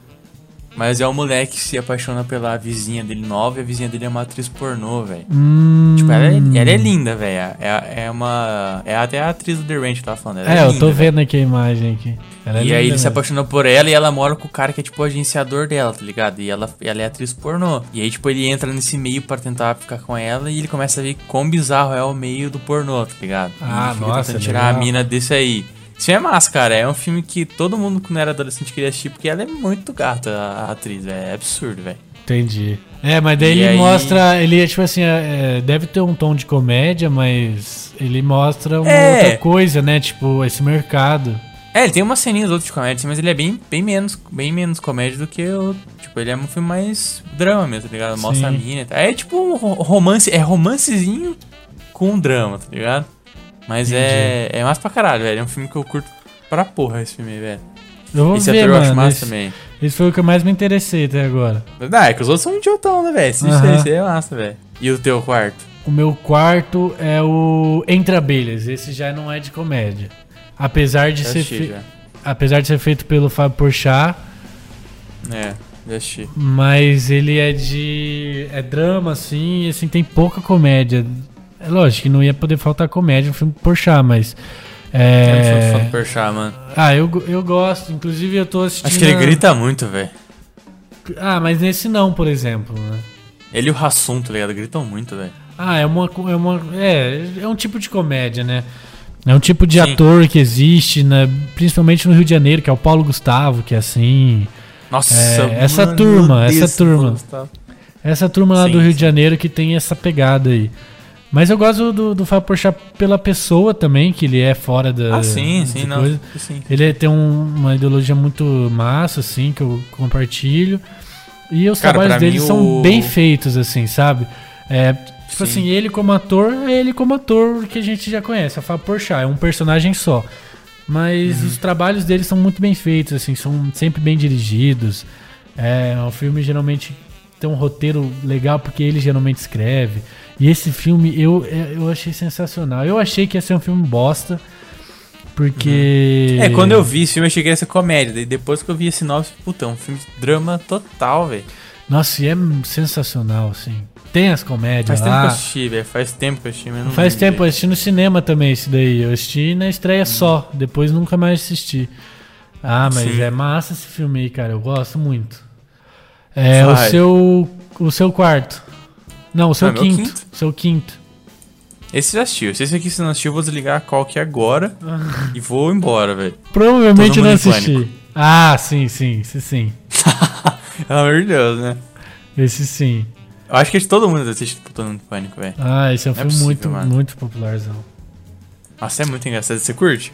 A: Mas é um moleque que se apaixona pela vizinha dele nova e a vizinha dele é uma atriz pornô, velho.
B: Hum,
A: Tipo, ela é, ela é linda, velho. É, é uma. É até a atriz do The Ranch que eu tava falando. Ela
B: é, eu
A: linda,
B: tô
A: velho.
B: vendo aqui a imagem aqui. Ela é
A: E
B: linda
A: aí ele se
B: mesmo.
A: apaixonou por ela e ela mora com o cara que é tipo o agenciador dela, tá ligado? E ela, ela é atriz pornô. E aí, tipo, ele entra nesse meio pra tentar ficar com ela e ele começa a ver quão bizarro é o meio do pornô, tá ligado? E
B: Ah,
A: ele fica
B: nossa,
A: tentando tirar
B: legal.
A: a mina desse aí. Isso é massa, cara. É um filme que todo mundo quando era adolescente queria assistir, porque ela é muito gata, a a atriz, velho. É absurdo, velho.
B: Entendi. É, mas daí
A: E
B: ele
A: aí-
B: mostra. Ele é tipo assim, é, é, deve ter um tom de comédia, mas ele mostra uma
A: É.
B: outra coisa, né? Tipo, esse mercado.
A: É, ele tem umas ceninhas outras de comédia, assim, mas ele é bem, bem, menos, bem menos comédia do que o. Tipo, ele é um filme mais drama mesmo, tá ligado? Mostra
B: Sim.
A: a mina e tal. É tipo um ro- romance, é romancezinho com drama, tá ligado? Mas é, é mais pra caralho, velho. É um filme que eu curto pra porra esse filme, aí, velho.
B: Eu vou
A: Esse
B: ver,
A: ator eu acho
B: mano.
A: massa
B: Esse,
A: também.
B: esse foi o que eu mais me interessei até agora.
A: Ah, é que os outros são um idiotão, né, velho? Esse,
B: Aham.
A: esse é massa, velho. E o teu quarto?
B: O meu quarto é o Entre Abelhas. Esse já não é de comédia. Apesar de,
A: Já
B: ser,
A: assisti,
B: fe...
A: já.
B: Apesar de ser feito pelo Fábio Porchat,
A: É, já assisti.
B: mas ele é de. é drama, assim, e assim, tem pouca comédia. É lógico que não ia poder faltar comédia no filme do Porchat, mas.
A: É... Eu não sou fã do
B: É...
A: Porchat, mano.
B: Ah, eu, go- eu gosto. Inclusive eu tô assistindo.
A: Acho que ele
B: a-
A: grita muito, velho.
B: Ah, mas nesse não, por exemplo, né?
A: Ele e o Hassum, tá ligado? Gritam muito, velho.
B: Ah, é uma, co- é uma. É, é um tipo de comédia, né? É um tipo de
A: Sim.
B: ator que existe, né? principalmente no Rio de Janeiro, que é o Paulo Gustavo, que é assim.
A: Nossa,
B: É, essa
A: mano,
B: turma,
A: odeio
B: essa
A: esse
B: turma.
A: Gustavo.
B: Essa turma lá
A: Sim,
B: do Rio
A: sim.
B: de Janeiro que tem essa pegada aí. Mas eu gosto do, do Fábio Porchat pela pessoa também, que ele é fora da.
A: Ah, sim,
B: de
A: sim, não.
B: coisa.
A: Sim.
B: Ele tem um- uma ideologia muito massa, assim, que eu compartilho. E os
A: Cara,
B: trabalhos
A: pra
B: dele
A: mim,
B: são
A: o-
B: bem feitos, assim, sabe? É, tipo
A: Sim.
B: assim, ele como ator, é ele como ator que a gente já conhece, a Fábio Porchat, é um personagem só. Mas
A: Uhum.
B: os trabalhos dele são muito bem feitos, assim, são sempre bem dirigidos. É, o filme geralmente tem um roteiro legal porque ele geralmente escreve. E esse filme eu, é, eu achei sensacional. Eu achei que ia ser um filme bosta, porque...
A: É, quando eu vi esse filme, eu achei que ia ser comédia. Daí depois que eu vi esse novo, puta, é um filme de drama total, velho.
B: Nossa, e é sensacional, assim. Tem as comédias
A: Faz tempo que
B: lá.
A: eu assisti, velho. Faz tempo que eu assisti, mas não.
B: Ah.
A: lembro
B: Faz tempo, eu
A: direito.
B: assisti no cinema também esse daí. Eu assisti na estreia
A: Uhum.
B: só, depois nunca mais assisti. Ah, mas
A: Sim.
B: é massa esse filme aí, cara. Eu gosto muito. É o
A: Vai.
B: seu. O seu quarto. Não, o seu
A: Ah, meu
B: quinto.
A: quinto?
B: Seu quinto.
A: Esse já assistiu. Se esse aqui você não assistiu, eu vou desligar a call aqui agora
B: Ah.
A: e vou embora, velho.
B: Provavelmente
A: Todo
B: eu não
A: mundo em
B: assisti. Ah, sim, sim, esse sim.
A: Pelo amor de Deus, né?
B: Esse sim.
A: Eu acho que é todo mundo assiste Todo Mundo em Pânico, velho.
B: Ah, esse é um
A: Não é
B: filme
A: possível,
B: muito,
A: mano.
B: muito popularzão.
A: Nossa, é muito engraçado. Você curte?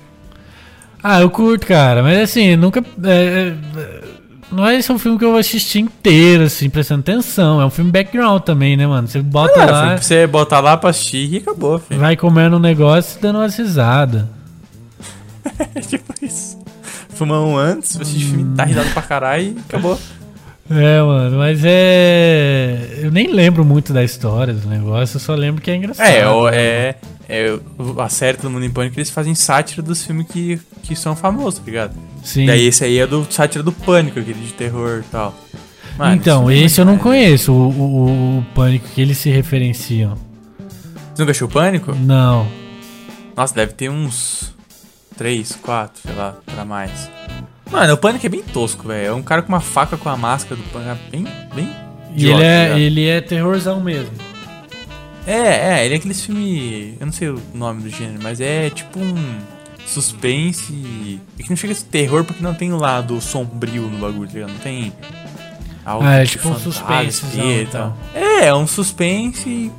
B: Ah, eu curto, cara, mas assim, nunca. é, é, não é esse um filme que eu vou assistir inteiro, assim, prestando atenção. É um filme background também, né, mano? Você bota
A: Ah, foi
B: lá,
A: pra você botar lá pra assistir e acabou, filho.
B: vai comendo um negócio e dando uma risada.
A: É tipo isso. Fumar um antes, assistir filme, tá risado pra caralho e acabou.
B: É, mano, mas é. Eu nem lembro muito da história do negócio, eu só lembro que é engraçado.
A: É, o- é, é o- a série Todo Mundo em Pânico, eles fazem sátira dos filmes que, que são famosos, tá ligado?
B: Sim.
A: Daí esse aí é do sátira do Pânico, aquele de terror e tal. Mano,
B: então,
A: isso é
B: esse eu não
A: muito mais,
B: conheço, o, o- o pânico que eles se referenciam.
A: né? Você nunca achou o Pânico?
B: Não.
A: Nossa, deve ter uns 3, 4, sei lá, pra mais. Mano, o Pânico é bem tosco, velho. É um cara com uma faca com a máscara do Pânico, é bem... bem...
B: E
A: Idiota,
B: ele é,
A: né?
B: ele é terrorzão mesmo.
A: É, é, ele é aqueles filme... Eu não sei o nome do gênero, mas é tipo um suspense... e- É que não chega a ser terror porque não tem o lado sombrio no bagulho, tá ligado? Não tem... algo
B: Ah, é
A: de
B: tipo um
A: fantasma,
B: suspensezão,
A: espírito e
B: então.
A: tal. É, é um suspense...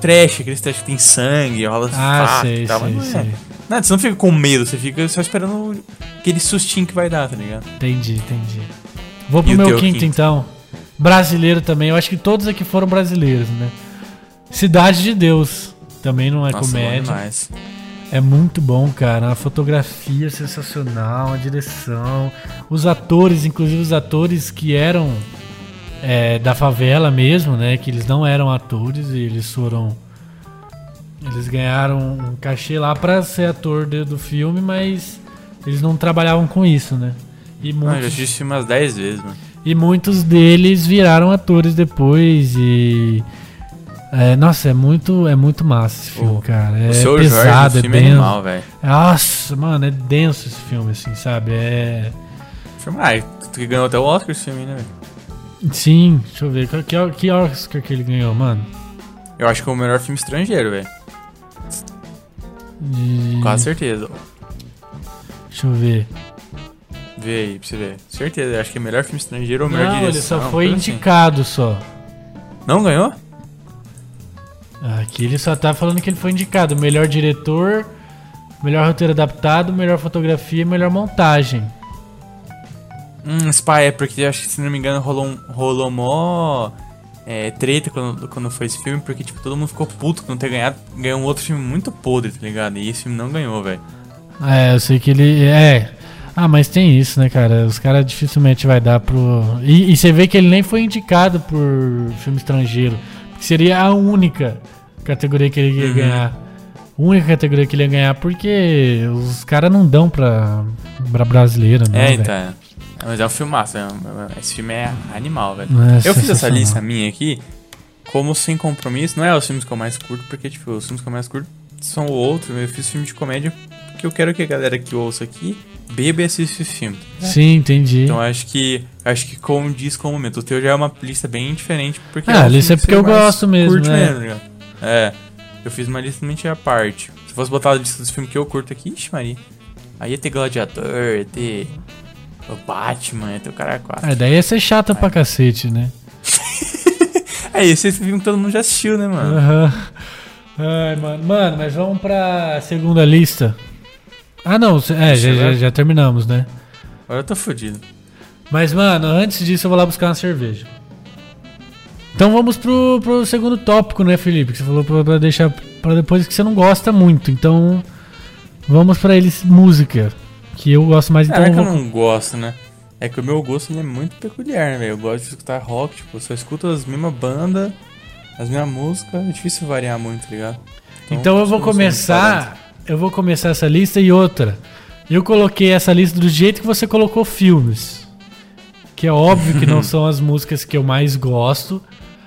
A: Trash, aqueles trash que tem sangue, rola
B: Ah,
A: faca
B: sei,
A: e tal,
B: sei,
A: mas não é.
B: sei.
A: Não, você não fica com medo, você fica só esperando aquele sustinho que vai dar, tá ligado?
B: Entendi, entendi. Vou pro
A: E o
B: meu
A: teu
B: quinto,
A: quinto?
B: então. Brasileiro também. Eu acho que todos aqui foram brasileiros, né? Cidade de Deus. Também não é
A: bom
B: comédia.
A: demais.
B: É muito bom, cara. A fotografia é sensacional, a direção. Os atores, inclusive os atores que eram é, da favela mesmo, né? Que eles não eram atores e eles foram. Eles ganharam um cachê lá pra ser ator de- do filme, mas eles não trabalhavam com isso, né? E
A: Não, eu já
B: muitos
A: assisti esse filme umas 10 vezes, mano.
B: e muitos deles viraram atores depois e. é, nossa, é muito, é muito massa esse filme,
A: O-
B: cara. É
A: o Seu
B: pesado,
A: Jorge, o filme
B: é
A: é
B: denso.
A: animal, velho.
B: Nossa, mano, é denso esse filme, assim, sabe? É.
A: Filme- Ah, tu que ganhou até o Oscar esse filme, né, velho?
B: Sim, deixa eu ver. qual- Que, que Oscar que ele ganhou, mano?
A: Eu acho que é o melhor filme estrangeiro, velho.
B: De-
A: Quase certeza.
B: Deixa eu ver.
A: Vê aí pra você ver. Certeza, eu acho que é melhor filme estrangeiro ou melhor
B: Não, ele
A: direção.
B: só foi
A: coisa assim.
B: indicado só.
A: Não ganhou?
B: Aqui ele só tá falando que ele foi indicado melhor diretor, melhor roteiro adaptado, melhor fotografia e melhor montagem.
A: Hum, Spy é porque eu acho que, se não me engano, rolou, um- rolou mó é, treta quando, quando foi esse filme, porque tipo, todo mundo ficou puto por não ter ganhado. Ganhou um outro filme muito podre, tá ligado? E esse filme não ganhou, velho.
B: É, eu sei que ele. É. Ah, mas tem isso, né, cara? Os caras dificilmente vai dar pro. E, e você vê que ele nem foi indicado por filme estrangeiro. Que seria a única categoria que ele ia
A: Uhum.
B: ganhar. Única categoria que ele ia ganhar, porque os caras não dão pra, pra brasileira, né?
A: É,
B: velho?
A: então. é. Mas é um filmaço, é um- esse filme é animal, velho.
B: É
A: eu fiz essa
B: sensacional.
A: lista minha aqui como sem compromisso. Não é os filmes que eu mais curto, porque, tipo, os filmes que eu mais curto são outros. Eu fiz filme de comédia porque eu quero que a galera que ouça aqui beba e assista esse filme.
B: Sim, entendi.
A: Então eu acho que acho que condiz com o momento. O teu já é uma lista bem diferente, porque.
B: Ah,
A: um
B: a lista
A: filme
B: é porque
A: que você
B: eu
A: mais
B: gosto mesmo,
A: curte
B: né?
A: mesmo, ligado? é. Eu fiz uma lista totalmente à parte. Se fosse botar a lista dos filmes que eu curto aqui, ixi, Maria. Aí ia ter Gladiador, ia ter. O Batman, ia ter o cara 4.
B: É, daí ia ser chata pra cacete, né?
A: É, esse é esse filme que todo mundo já assistiu, né, mano?
B: Aham. Ai, mano. Mano, mas vamos pra segunda lista. Ah, não. cê- É,
A: Deixa
B: já,
A: eu
B: já,
A: ver.
B: já terminamos, né?
A: Agora eu tô fudido.
B: Mas, mano, antes disso eu vou lá buscar uma cerveja. Então vamos pro, pro segundo tópico, né, Felipe? Que você falou pra, pra deixar pra depois que você não gosta muito. Então vamos pra eles música, que eu gosto mais. Então
A: Não é
B: eu
A: que eu
B: vou...
A: não gosto, né? É que o meu gosto ele é muito peculiar, né, velho? Eu gosto de escutar rock, tipo, eu só escuto as mesmas bandas, as mesmas músicas, é difícil variar muito, tá ligado?
B: Então eu vou
A: não sou muito falante.
B: começar. Eu vou começar essa lista e outra. Eu coloquei essa lista do jeito que você colocou filmes. Que é óbvio que não são as músicas que eu mais gosto.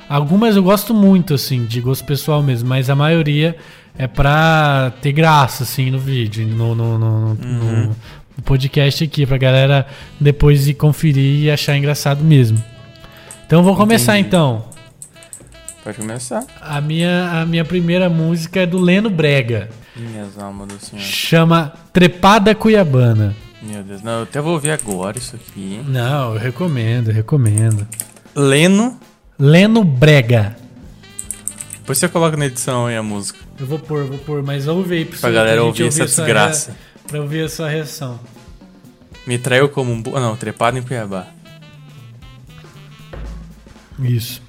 B: Algumas eu gosto muito, assim, de gosto pessoal mesmo, mas a maioria é pra ter graça, assim, no vídeo, no, no, no- no- no podcast aqui, pra galera depois ir conferir e achar engraçado mesmo. Então eu vou começar
A: Entendi.
B: então.
A: Pode começar.
B: A minha, a minha primeira música é do Leno Brega.
A: Minhas almas do senhor.
B: Chama Trepada Cuiabana.
A: Meu Deus, não, eu até vou ouvir agora isso aqui. hein?
B: Não, eu recomendo, eu recomendo.
A: Leno,
B: Leno Brega.
A: depois você coloca na edição aí a música.
B: Eu vou pôr, vou pôr, mas ouve aí pra,
A: Pra
B: você-
A: galera
B: gente
A: ouvir essa
B: a sua
A: desgraça.
B: rea- Pra ouvir a sua reação.
A: Me traiu como um. bu- Ah, não, trepado em Cuiabá.
B: Isso.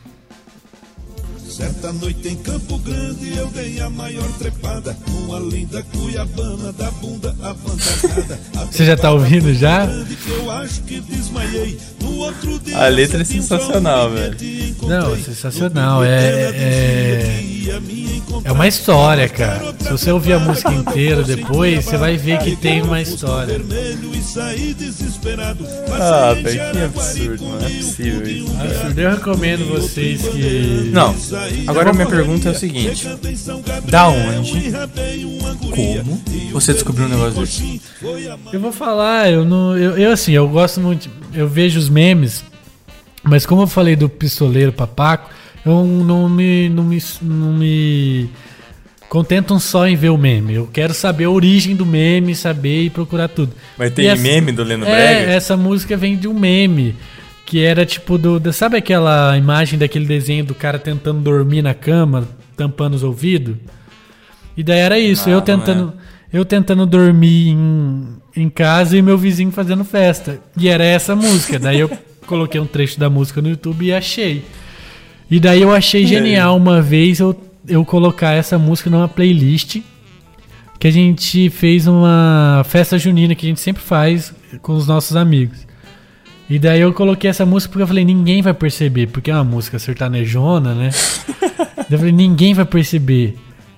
C: Certa noite em Campo Grande eu dei a maior trepada Uma linda cuiabana da bunda avantajada A
B: Você já tá ouvindo já?
C: grande que eu acho que desmaiei No outro dia
A: A letra é
C: senti um
A: sensacional,
C: sorriso
A: velho.
C: que te encontrei.
B: Não, é sensacional.
C: Ela dizia
B: É, é,
C: que ia me
B: é
C: encontrar.
B: uma história, cara. Se você ouvir a música inteira depois, você vai ver que tem uma história.
C: vermelho e saí desesperado
A: Ah,
C: Passei em
A: velho, que
C: Jaraguari
A: absurdo,
C: com
A: não é
C: mil
A: possível
C: pudim,
A: isso.
C: um
B: Absurdo, Eu recomendo vocês que.
A: Não,
C: saí
A: agora
C: de
A: minha
C: Bahia.
A: pergunta é o seguinte:
C: Chegando em São Gabriel,
A: Da onde,
C: enrabei uma guria.
A: como você descobriu um negócio desse?
C: Foi a
B: Eu vou falar, eu não. Eu, eu, assim, eu gosto muito. Eu vejo os memes, mas como eu falei do pistoleiro papaco, eu não me. não me. não me contentam só em ver o meme. Eu quero saber a origem do meme, saber e procurar tudo.
A: Mas
B: E assim,
A: tem
B: essa-
A: meme do Leno
B: é,
A: Brega?
B: essa música vem de um meme. Que era tipo do. da- sabe aquela imagem daquele desenho do cara tentando dormir na cama, tampando os ouvidos? E daí era isso,
A: Ah,
B: eu
A: não
B: tentando. Eu tentando dormir em, em casa e meu vizinho fazendo festa. E era essa música. Daí eu coloquei um trecho da música no YouTube e achei. E daí eu achei genial uma vez eu, eu colocar essa música numa playlist que a gente fez uma festa junina que a gente sempre faz com os nossos amigos. E daí eu coloquei essa música porque eu falei, ninguém vai perceber, porque é uma música sertanejona, né? Daí eu falei, ninguém vai perceber.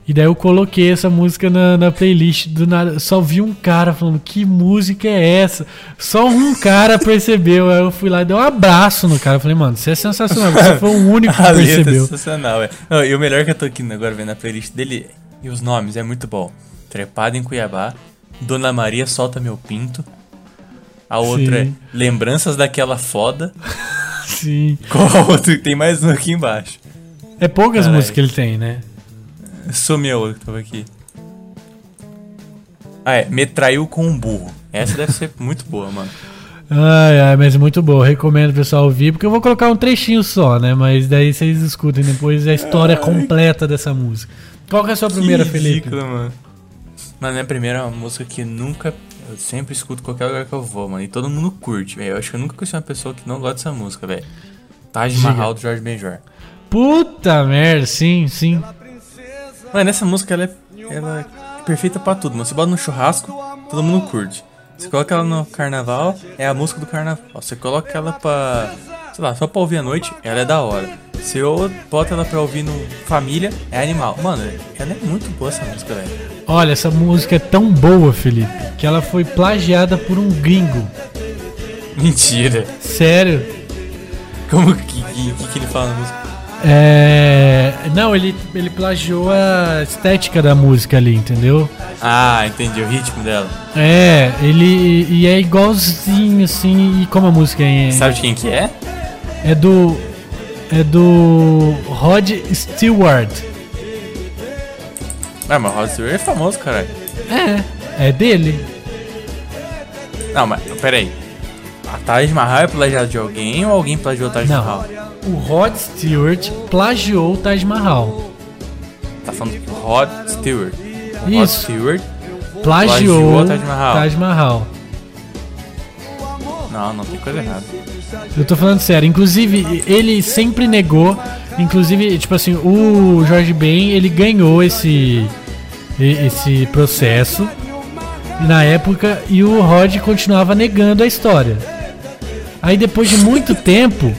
B: E daí eu coloquei essa música na, na playlist do nada. Só vi um cara falando, que música é essa? Só um cara percebeu. Aí eu fui lá e dei um abraço no cara. Eu falei, mano, você é sensacional. Você foi o único que
A: A letra é
B: percebeu.
A: sensacional, velho. Não, E o melhor que eu tô aqui agora vendo a playlist dele e os nomes, é muito bom. Trepado em Cuiabá, Dona Maria solta meu pinto. A outra
B: Sim.
A: é Lembranças daquela foda.
B: Sim.
A: Qual a outra? Tem mais um aqui embaixo.
B: É poucas
A: Caralho.
B: músicas que ele tem, né?
A: Sumiu a outra que tava aqui. Ah, é. Me traiu com um burro. Essa deve ser muito boa, mano.
B: Ai, ai, mas é muito bom. Recomendo o pessoal ouvir, porque eu vou colocar um trechinho só, né? Mas daí vocês escutem depois a história completa dessa música. Qual que é a sua primeira,
A: que
B: Felipe?
A: ridículo, mano. Mano, minha primeira é uma música que nunca. Eu sempre escuto qualquer lugar que eu vou, mano. E todo mundo curte, velho. Eu acho que eu nunca conheci uma pessoa que não gosta dessa música, velho. Taj Mahal do Jorge Benjor.
B: Puta merda, sim, sim.
A: Mano, essa música ela é, ela é perfeita pra tudo, mano. Você bota no churrasco, todo mundo curte. Você coloca ela no carnaval, é a música do carnaval. Você coloca ela pra. sei lá, só pra ouvir à noite, ela é da hora. Se eu bota ela pra ouvir no família, é animal. Mano, ela é muito boa essa música, velho.
B: Olha, essa música é tão boa, Felipe, que ela foi plagiada por um gringo.
A: Mentira.
B: Sério?
A: Como que, que, que, que ele fala na música?
B: É. Não, ele, ele plagiou a estética da música ali, entendeu?
A: Ah, entendi, o ritmo dela.
B: É, ele. E é igualzinho, assim, e como a música é.
A: Sabe de quem que é?
B: É do. É do. Rod Stewart.
A: Ah, mas Rod Stewart é famoso, caralho.
B: É, é dele.
A: Não, mas peraí. A Taj Mahal é plagiada de alguém ou alguém plagiou a Taj
B: Não.
A: Mahal?
B: O Rod Stewart plagiou o Taj Mahal.
A: Tá falando do Rod Stewart. Rod
B: Isso.
A: Stewart. Plagiou
B: Plagiou
A: o Taj Mahal.
B: Taj Mahal.
A: Não, não tem coisa errada.
B: Eu tô falando sério. Inclusive, ele sempre negou. Inclusive, tipo assim, o Jorge Ben, ele ganhou esse, e- esse processo na época e o Rod continuava negando a história. Aí depois de muito tempo,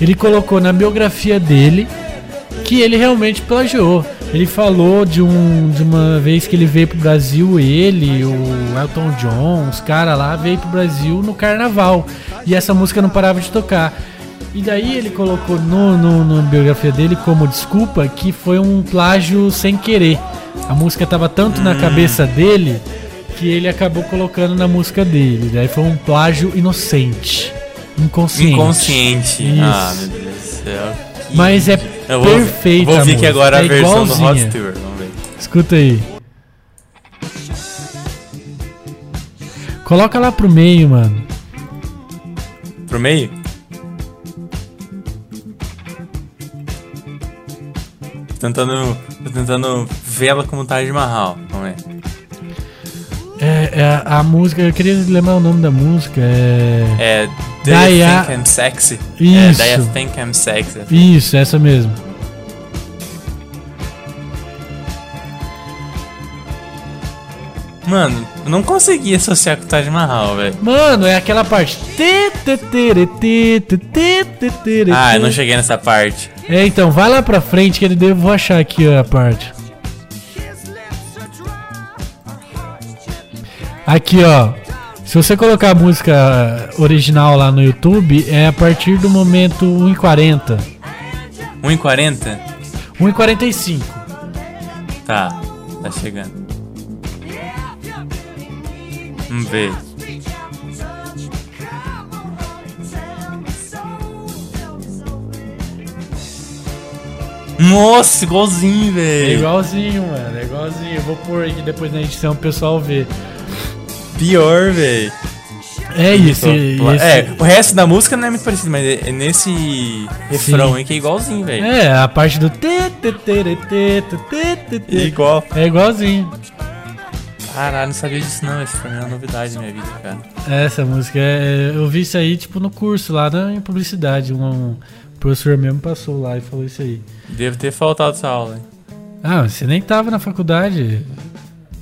B: ele colocou na biografia dele que ele realmente plagiou. Ele falou de, um, de uma vez que ele veio pro Brasil, ele, o Elton John, os caras lá, veio pro Brasil no carnaval. E essa música não parava de tocar. E daí ele colocou no, no, na biografia dele como desculpa que foi um plágio sem querer. A música tava tanto
A: Hum.
B: na cabeça dele que ele acabou colocando na música dele. Daí foi um plágio inocente. Inconsciente.
A: Inconsciente.
B: Isso.
A: Ah, meu Deus do céu. Que-
B: Mas é
A: Eu vou, ouvir-
B: perfeita
A: Vou ouvir
B: a
A: aqui
B: música,
A: agora a
B: é
A: versão do Rod
B: igualzinha.
A: Stewart. Vamos ver.
B: Escuta aí. Coloca lá pro meio, mano.
A: Pro meio? Tô Tentando, tô tentando vê-la como Taj Mahal. Vamos ver.
B: É, é a, a música, eu queria lembrar o nome da música. É.
A: É. Do
B: Daya-
A: you think I'm sexy?
B: Isso.
A: É, do you think I'm sexy?
B: Isso, essa mesmo.
A: Mano, eu não consegui associar com o Taj Mahal, velho.
B: Mano, é aquela parte. Tê, tê, tê, tê, tê, tê, tê, tê, tê.
A: Ah, eu não cheguei nessa parte.
B: É, então, vai lá pra frente que ele deve. Vou achar aqui ó, a parte. Aqui, ó. Se você colocar a música original lá no YouTube, é a partir do momento 1h40.
A: 1h40?
B: 1h45.
A: Tá, tá chegando. Vamos ver. Nossa, igualzinho,
B: É
A: velho.
B: igualzinho, mano. É igualzinho. Eu vou pôr aqui depois na edição o pessoal ver.
A: Pior, velho.
B: É isso.
A: É, o resto da música não é muito parecido, mas é é nesse refrão
B: Sim.
A: aí que é igualzinho, velho.
B: É, a parte do. tê, tê, tê, tê, tê, tê,
A: É
B: tê.
A: igual.
B: É igualzinho.
A: Caralho, não sabia disso não. Isso pra mim é uma novidade na minha vida, cara.
B: Essa música, é, eu vi isso aí, tipo, no curso lá na, em publicidade. Um, um professor mesmo passou lá e falou isso aí.
A: Devo ter faltado essa aula, hein?
B: Ah, você nem tava na faculdade.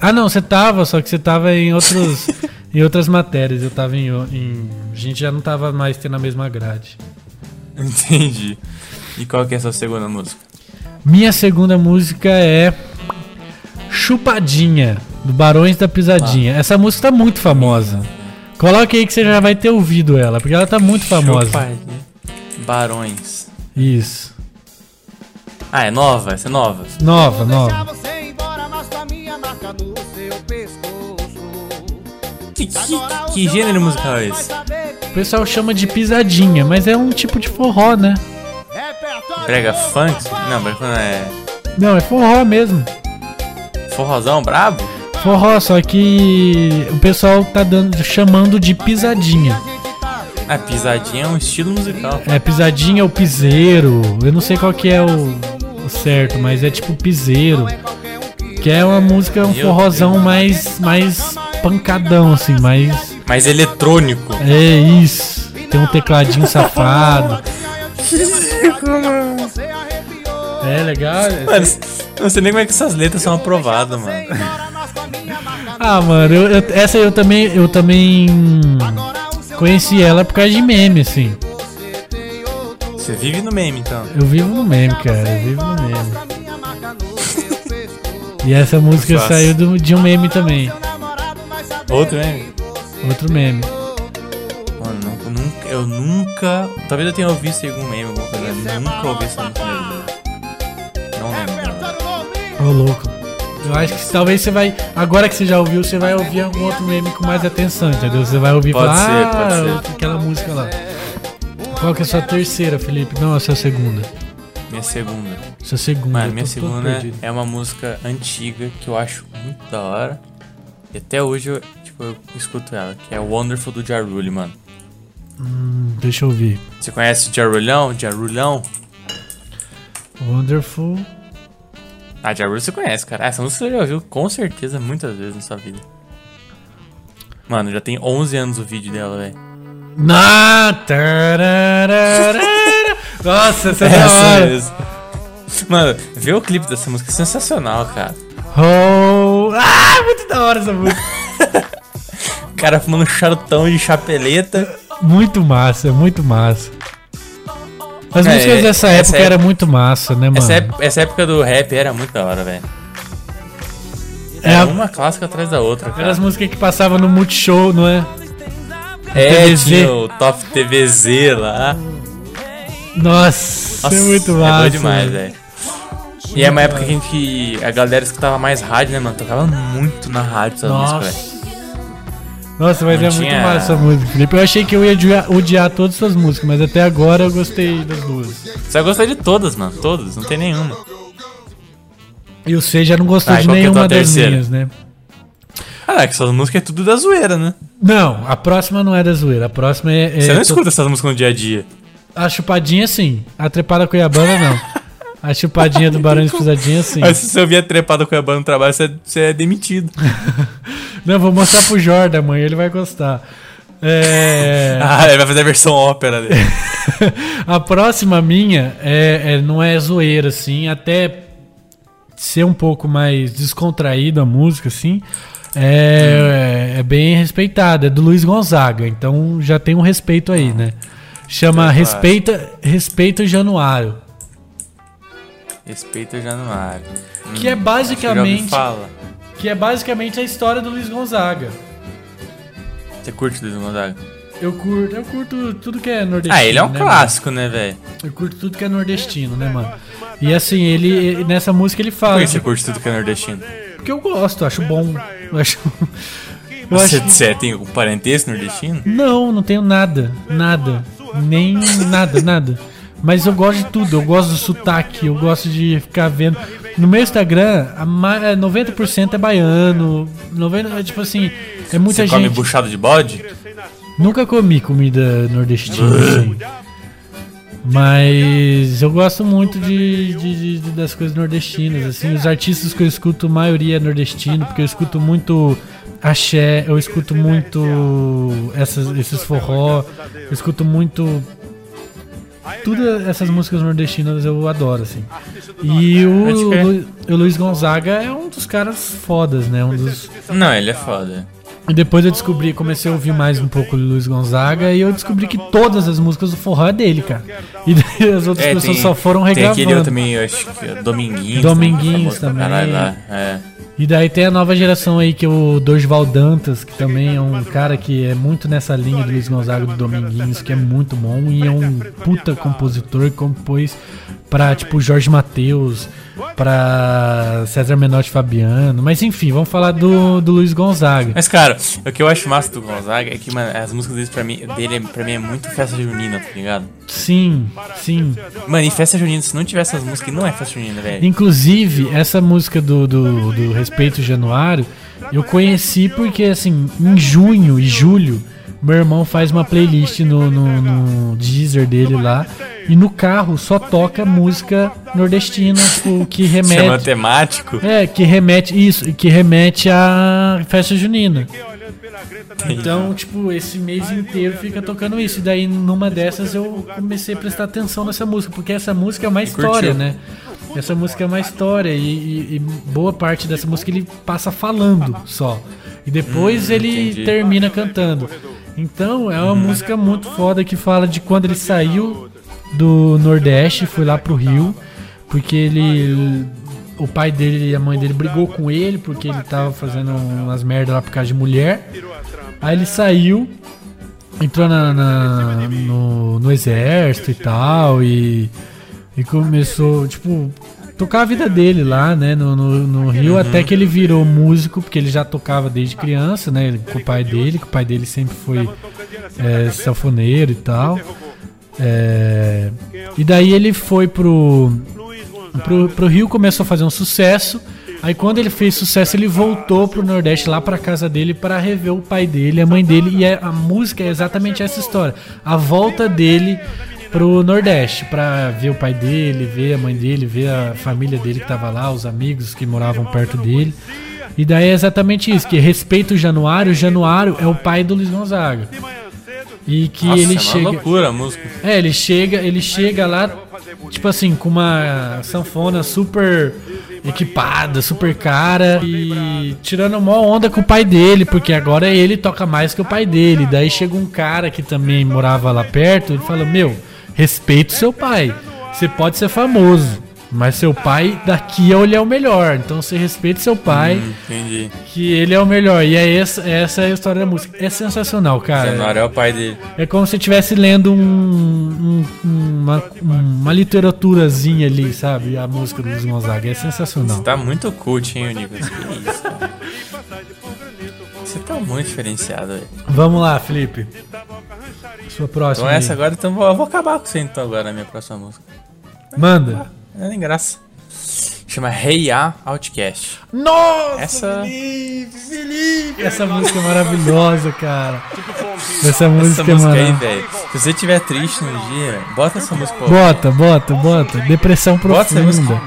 B: Ah, não, você tava, só que você tava em outros... em outras matérias. Eu tava em, o- em... A gente já não tava mais tendo a mesma grade.
A: Entendi. E qual que é a sua segunda música?
B: Minha segunda música é... Chupadinha, do Barões da Pisadinha. Essa música tá muito famosa. Coloque aí que você já vai ter ouvido ela, porque ela tá muito famosa.
A: Chupadinha. né? Barões.
B: Isso.
A: Ah, é nova? Essa é nova?
B: Nova, nova.
D: Deixar você embora, mas tá minha marca no seu pescoço.
A: Que, que, que gênero musical é esse?
B: O pessoal chama de pisadinha, mas é um tipo de forró, né?
A: Brega
D: é
A: funk? Não, brega funk não
B: Não, é forró mesmo.
A: é forrozão brabo?
B: Forró, só que o pessoal tá dando, chamando de pisadinha.
A: A pisadinha é um estilo musical.
B: É pisadinha ou piseiro. Eu não sei qual que é o, o certo, mas é tipo piseiro.
D: um
B: Que é uma música, um
A: Meu
B: forrozão mais, mais pancadão, assim, mais.
A: Mas eletrônico.
B: É isso. Tem um tecladinho safado. É legal.
A: Mano, não sei nem como é que essas letras são aprovadas, mano.
D: tá
B: Ah, mano, eu- eu- essa eu também, eu também
A: Ah,
B: conheci ela por causa de meme, assim.
A: Você vive no meme, então.
B: Eu vivo no meme,
A: é
B: cara. Eu vivo no meme.
D: tá
B: E essa música
A: Fácil.
B: saiu do- de um meme também.
A: Outro meme?
B: Outro meme.
A: Mano, nu- nunca, eu nunca. Talvez eu tenha ouvido esse em algum meme, alguma coisa.
D: é
A: Eu nunca ouvi essa música na minha vida. Não lembro. mano.
B: Ô, louco. Eu acho que talvez você vai. Agora que você já ouviu, você vai ouvir algum outro meme com mais atenção, entendeu? Você vai ouvir e
A: Pode
B: falar,
A: ser, pode
B: "Ah, aquela música lá. Qual que é a sua terceira, Felipe? Não, a sua segunda.
A: Minha segunda.
B: Sua segunda.
A: Mano,
B: eu
A: Ah, minha
B: tô todo
A: segunda
B: perdido.
A: é uma música antiga que eu acho muito da hora. E até hoje eu, tipo, eu escuto ela, que é Wonderful do Jarulho, mano.
B: Hum, deixa eu ouvir.
A: Você conhece Jarulhão? Jarulhão?
B: Wonderful.
A: Ah, Jarul você conhece, cara. Essa música você já ouviu com certeza muitas vezes na sua vida. Mano, já tem 11 anos o vídeo dela, velho.
B: Na tararara. Nossa, essa é da
A: Essa
B: hora.
A: mesmo. Mano, vê o clipe dessa música, é sensacional, cara.
B: Oh. Ah, muito da hora essa música.
A: O cara fumando um charutão de chapeleta.
B: Muito massa, é muito massa. As
A: É,
B: músicas
A: é, essa
B: dessa época
A: é-
B: era muito massa, né, mano?
A: Essa, ép- essa época do rap era muito da hora, velho.
B: É,
A: Era um uma clássica atrás da outra,
B: eram
A: cara.
B: as músicas que passavam no Multishow, não é?
A: É,
B: TVZ.
A: tinha o Top TVZ lá.
B: Nossa,
A: Nossa,
B: é muito
A: É
B: massa. né?
A: bom demais, velho. E é uma época que a gente. A galera escutava mais rádio, né, mano? Tocava muito na rádio essas músicas, velho.
B: Nossa. Nossa, mas
A: Não
B: é
A: tinha-
B: muito massa essa música, Felipe. Eu achei que eu ia odiar, odiar todas as suas músicas, mas até agora eu gostei das duas.
A: Você gosta de todas, mano. Todas, não tem nenhuma.
B: E você já não gostou
A: Tá, e
B: de
A: qual que é a tua
B: nenhuma das
A: terceira?
B: minhas, né?
A: Caraca, essas músicas é tudo da zoeira, né?
B: Não, a próxima não é da zoeira. A próxima é. é
A: Você não
B: to-
A: escuta essas músicas no dia a dia.
B: A chupadinha, sim. A trepada cuiabana, não. A chupadinha do Barão de Pisadinha, sim.
A: Mas se você ouvir a trepada com a banda no trabalho, você é, você é demitido.
B: Não, vou mostrar pro Jordan amanhã, ele vai gostar. É,
A: Ah, ele vai fazer a versão ópera dele.
B: a próxima minha é, é- não é zoeira, assim, até ser um pouco mais descontraída a música, assim, é, é- é bem respeitada, é do Luiz Gonzaga, então já tem um respeito aí, né? Chama Respeita, Respeita Januário,
A: Respeita o Januário. Hum,
B: que é
A: Já me
B: basicamente,
A: fala.
B: que é basicamente a história do Luiz Gonzaga.
A: Você curte Luiz Gonzaga?
B: Eu curto, eu curto tudo que é nordestino.
A: Ah, ele é um
B: né, mano?
A: clássico, né, velho?
B: Eu curto tudo que é nordestino, né, mano? E assim, ele, ele- nessa música ele
A: Por
B: fala
A: que você
B: tipo,
A: curte tudo que é nordestino?
B: porque eu gosto, eu acho bom. Eu acho, eu
A: Você,
B: acho-
A: você é, tem algum parentesco nordestino?
B: não, não tenho nada, nada, nem nada, nada. Mas eu gosto de tudo, eu gosto do sotaque, eu gosto de ficar vendo. No meu Instagram, a ma- é, 90% é baiano, 90, é tipo assim, é muita
A: Você
B: gente.
A: come buchado de bode?
B: Nunca comi comida nordestina, assim. Mas eu gosto muito de, de- de- das coisas nordestinas, assim. Os artistas que eu escuto, a maioria é nordestino, porque eu escuto muito axé, eu escuto muito essas, esses forró, eu escuto muito... Todas essas músicas nordestinas eu adoro, assim. E o,
A: Pode crer.
B: Lu- o Luiz Gonzaga é um dos caras fodas, né? Um dos...
A: Não, ele é foda.
B: E depois eu descobri, comecei a ouvir mais um pouco o Luiz Gonzaga e eu descobri que todas as músicas do forró é dele, cara. E daí as outras pessoas só foram
A: É, tem
B: regravando.
A: aquele outro também, eu acho que é Dominguinhos.
B: Dominguinhos
A: famoso pra
B: também.
A: Caralho, lá. É.
B: E daí tem a nova geração aí que é o Dorival Dantas, que também é um cara que é muito nessa linha do Luiz Gonzaga do Dominguinhos, que é muito bom e é um puta compositor que compôs pra tipo Jorge Mateus, pra César Menotti e Fabiano, mas enfim, vamos falar do, do Luiz Gonzaga.
A: Mas, cara, o que eu acho massa do Gonzaga é que, mano, as músicas dele pra mim, dele, é- pra mim é muito festa junina, tá ligado?
B: Sim, sim.
A: Mano, e festa junina, se não tivesse essas músicas, não é festa junina, velho.
B: Inclusive, essa música do, do, do Respeito Januário, eu conheci porque, assim, em junho e julho, Meu irmão faz uma playlist no, no, no Deezer dele lá. E no carro só toca música nordestina, o que
A: Isso é
B: remete.
A: matemático?
B: É, que remete. Isso, e que remete à festa junina. Então, tipo, esse mês inteiro fica tocando isso. E daí, numa dessas, eu comecei a prestar atenção nessa música, porque essa música é uma história,
A: curtiu.
B: né? Essa música é uma história, e, e- e boa parte dessa música ele passa falando só. E depois ele
A: Hum, entendi.
B: termina cantando. Então, é uma música muito foda que fala de quando ele saiu do Nordeste, foi lá pro Rio, porque ele. O pai dele e a mãe dele brigou com ele porque ele tava fazendo umas merdas lá por causa de mulher. Aí ele saiu, entrou na, na- no, no exército e tal, e, e começou, tipo, tocar a vida dele lá, né, no, no, no Rio, até que ele virou músico, porque ele já tocava desde criança, né, com o pai dele, que o pai dele sempre foi é, sanfoneiro e tal. É, e daí ele foi pro, pro, pro Rio, começou a fazer um sucesso. Aí quando ele fez sucesso, ele voltou pro Nordeste, lá pra casa dele, pra rever o pai dele, a mãe dele. E é- a música é exatamente essa história. A volta dele pro Nordeste, pra ver o pai dele, ver a mãe dele, ver a família dele que tava lá, os amigos que moravam perto dele. E daí é exatamente isso, que respeita o Januário, o Januário é o pai do Luiz Gonzaga. E que
A: Nossa,
B: ele
A: é
B: chega.
A: uma loucura a música. assim.
B: É, ele chega, ele chega lá, tipo assim, com uma sanfona super equipada, super cara e tirando mó onda com o pai dele, porque agora ele toca mais que o pai dele. Daí chega um cara que também morava lá perto, ele fala: "Meu, respeita o seu pai. Você pode ser famoso, mas seu pai daqui ele é o melhor. Então você respeita seu pai,
A: Hum, entendi.
B: que ele é o melhor". E é essa, essa é a história da música. É sensacional, cara.
A: Januário é o pai dele.
B: É como se eu estivesse lendo um- um- uma, uma literaturazinha ali, sabe? A música do Luiz Gonzaga. É sensacional.
A: Tá muito cult, hein, o Nicolas? Que isso, cara. Você tá muito diferenciado, velho.
B: Vamos lá, Felipe. Sua próxima.
A: Então essa
B: aí.
A: agora, então vou, eu vou acabar com você então agora na minha próxima música.
B: Manda.
A: É nem graça. Chama Hey A Outcast.
B: Nossa!
A: Essa,
B: Essa música é maravilhosa, cara. Essa
A: Tipo essa
B: música, é
A: música aí,
B: maravilhosa.
A: velho. Se você tiver triste no dia, velho, bota essa música. pra ouvir.
B: Bota, bota, bota. Depressão
A: Bota essa
B: profunda.
A: música.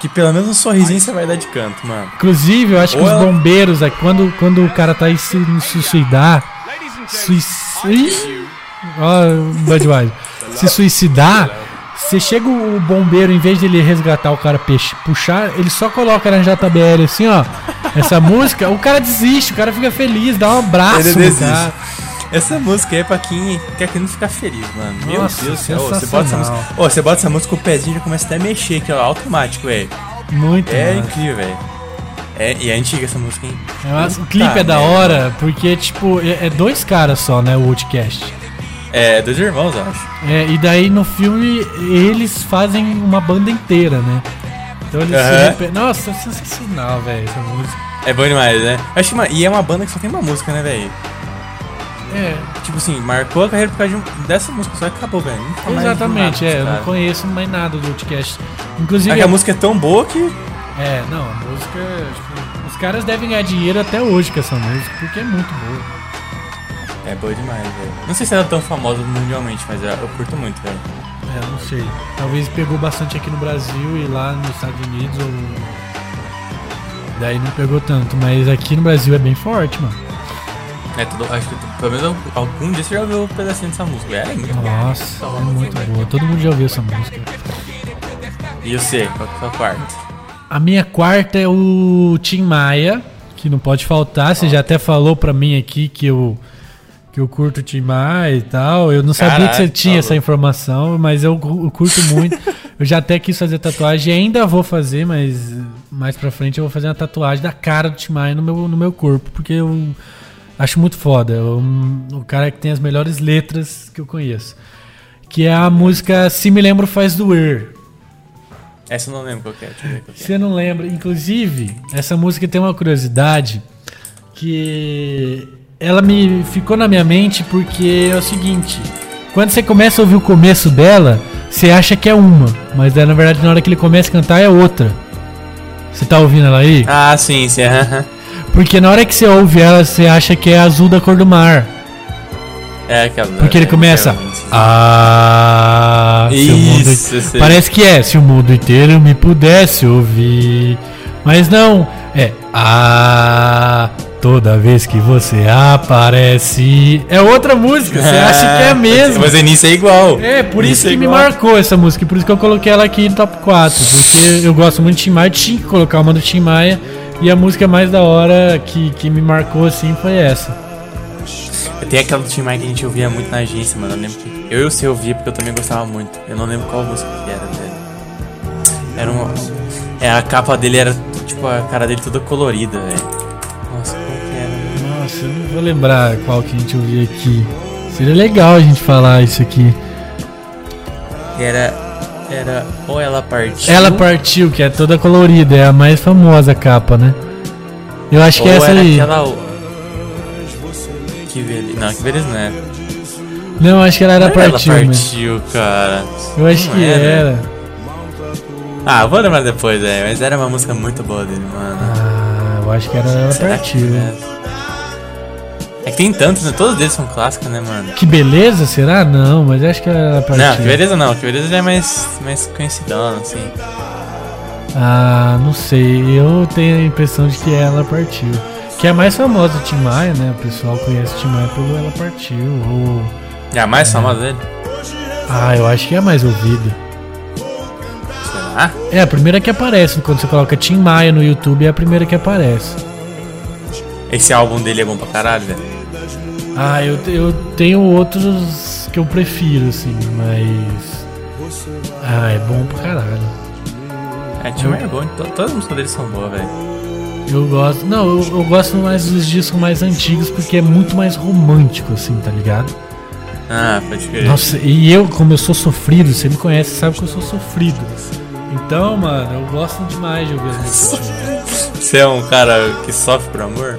A: Que pelo menos um sorrisinho você vai dar de canto, mano.
B: Inclusive, eu acho que
A: Ou
B: os
A: ela-
B: bombeiros, é, quando, quando o cara tá aí se suicidar. Suicid... Ó, o Budweiser. se suicidar, você chega o bombeiro, em vez de ele resgatar o cara, peixe, puxar, ele só coloca na JBL assim, ó. Essa música, o cara desiste, o cara fica feliz, dá um abraço.
A: Ele
B: no
A: desiste.
B: cara.
A: Essa música aí é pra quem quer que não ficar feliz, mano. Meu
B: Nossa,
A: Deus do céu. Ô, Você bota essa música.
B: sensacional.
A: Ô, você bota essa música, o pezinho já começa até a mexer, que é automático, velho.
B: Muito
A: É
B: é,
A: incrível, velho. É, e é antiga essa música, hein?
B: O clipe é
A: merda.
B: da hora, porque, tipo, é, é dois caras só, né? O Outcast.
A: É, dois irmãos, eu acho.
B: É, e daí no filme eles fazem uma banda inteira, né? Então eles se
A: Aham.
B: repe- Nossa, é sensacional, velho, essa música.
A: É bom demais, né? Acho que, uma- e é uma banda que só tem uma música, né, velho?
B: É,
A: Tipo assim, marcou a carreira por causa de um- dessa música, só que acabou, velho. Nunca Tá mais
B: exatamente,
A: nada,
B: é. Eu
A: cara.
B: não conheço mais nada do Outcast. Inclusive.
A: É que a música é tão boa que.
B: É, não, a música. tipo, Os caras devem ganhar dinheiro até hoje com essa música, porque é muito boa.
A: É boa demais, velho. Não sei se ela é tão famosa mundialmente, mas eu, eu curto muito, velho.
B: É, não sei. Talvez pegou bastante aqui no Brasil e lá nos Estados Unidos ou. Daí não pegou tanto, mas aqui no Brasil é bem forte, mano.
A: É, tudo, acho que tu- pelo menos algum dia você já ouviu um pedacinho dessa música. É, é muito boa.
B: Nossa, é muito boa. Todo mundo já ouviu essa música.
A: E você, qual que é o seu quarto?
B: A minha quarta é o Tim Maia, que não pode faltar. Você já até falou pra mim aqui que eu, que eu curto o Tim Maia e tal. Eu não sabia que você
A: Caralho,
B: tinha
A: falou.
B: essa informação, mas eu, cu- eu curto muito. eu já até quis fazer tatuagem, ainda vou fazer, mas mais pra frente eu vou fazer uma tatuagem da cara do Tim Maia no meu, no meu corpo, porque eu acho muito foda. Eu- o cara que tem as melhores letras que eu conheço. Que é a música Se Me Lembro Faz Doer,
A: Essa eu não lembro qual que é, deixa eu ver qual que é.
B: você não lembra. Inclusive, essa música tem uma curiosidade que ela me ficou na minha mente porque é o seguinte: quando você começa a ouvir o começo dela, você acha que é uma, mas daí, na verdade na hora que ele começa a cantar é outra. Você tá ouvindo ela aí?
A: Ah, sim, sim, aham.
B: Porque na hora que você ouve ela, você acha que é azul da cor do mar.
A: É aquela.
B: Porque ele
A: é,
B: começa.
A: realmente.
B: Ah, se o mundo-
A: Isso, esse aí.
B: Parece que é, se o mundo inteiro me pudesse ouvir. Mas não, é. Ah, toda vez que você aparece. É outra música, você acha que é a mesma.
A: Ah, Mas o início é igual.
B: É, por isso
A: é
B: que me
A: igual.
B: marcou essa música, e por isso que eu coloquei ela aqui no top 4. Porque eu gosto muito de Tim Maia, tinha que colocar uma do Tim Maia. E a música mais da hora que, que me marcou assim foi essa.
A: Tem aquela do Tim Maia que a gente ouvia muito na agência, mano. Eu lembro que eu e o seu ouvia porque eu também gostava muito. Eu não lembro qual música que era, velho. Era uma. É, a capa dele era tipo a cara dele toda colorida, velho. Nossa, como que era?
B: Nossa, eu não vou lembrar qual que a gente ouvia aqui. Seria legal a gente falar isso aqui.
A: Era. Era. Ou ela partiu.
B: Ela partiu, que é toda colorida, é a mais famosa capa, né? Eu acho
A: ou
B: que é essa
A: era
B: aí.
A: aquela. o- Que beleza. Não, que beleza não é.
B: Não, acho que ela era
A: Ela
B: partiu, né?
A: partiu, cara.
B: Eu acho
A: Não é, né?
B: que era.
A: Ah, vou lembrar depois, velho. Mas era uma música muito boa dele, mano.
B: Ah, eu acho que era ela
A: Será que-
B: partiu.
A: É que tem tantos, né? Todos eles são clássicos, né, mano?
B: Que beleza, será? Não, mas acho que ela partiu.
A: Não, que beleza não, que beleza já é mais, mais conhecidão, assim.
B: Ah, não sei. Eu tenho a impressão de que ela partiu. Que é a mais famosa do Tim Maia, né? O pessoal conhece o Tim Maia pelo Ela Partiu. Ou...
A: É a mais famosa dele?
B: Ah, eu acho que é a mais ouvida.
A: Será?
B: É a primeira que aparece. Quando você coloca Tim Maia no YouTube, é a primeira que aparece.
A: Esse álbum dele é bom pra caralho, velho.
B: Ah, eu, te- eu tenho outros que eu prefiro, assim, mas. Ah, é bom pra caralho.
A: É, Tim Maia é bom, to- todas as músicas dele são boas, velho.
B: Eu gosto. Não, eu, eu gosto mais dos discos mais antigos porque é muito mais romântico, assim, tá ligado?
A: Ah, pode crer.
B: Nossa, e eu, como eu sou sofrido, você me conhece, sabe que eu sou sofrido. Então, mano, eu gosto demais de ouvir as músicas.
A: Você é um cara que sofre por amor?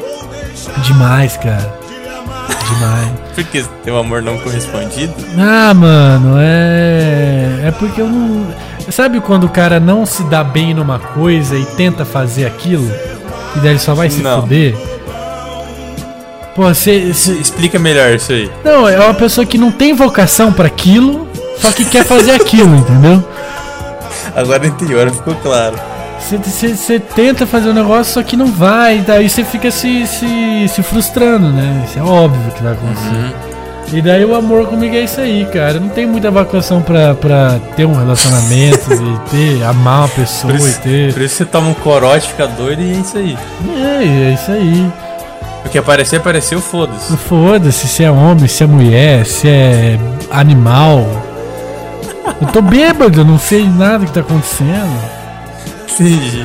B: Demais, cara. Demais.
A: Porque teu amor não correspondido?
B: Ah, mano, é. É porque eu não. Sabe quando o cara não se dá bem numa coisa e tenta fazer aquilo? E daí ele só vai se
A: Não.
B: fuder? Pô, você.
A: Isso- Explica melhor isso aí.
B: Não, é uma pessoa que não tem vocação pra aquilo, só que quer fazer aquilo, entendeu?
A: Agora interior ficou claro.
B: Você tenta fazer um negócio, só que não vai, daí você fica se, se, se frustrando, né? Isso é óbvio que vai acontecer. E daí o amor comigo é isso aí, cara. Eu Não tem muita vocação pra, pra ter um relacionamento e ter, amar uma pessoa
A: Por isso,
B: e ter.
A: por isso você toma um corote, fica doido e é isso aí.
B: É, é isso aí.
A: Porque aparecer, apareceu, foda-se.
B: Foda-se se é homem, se é mulher, se é animal. Eu tô bêbado, eu não sei nada que tá acontecendo.
A: Entendi.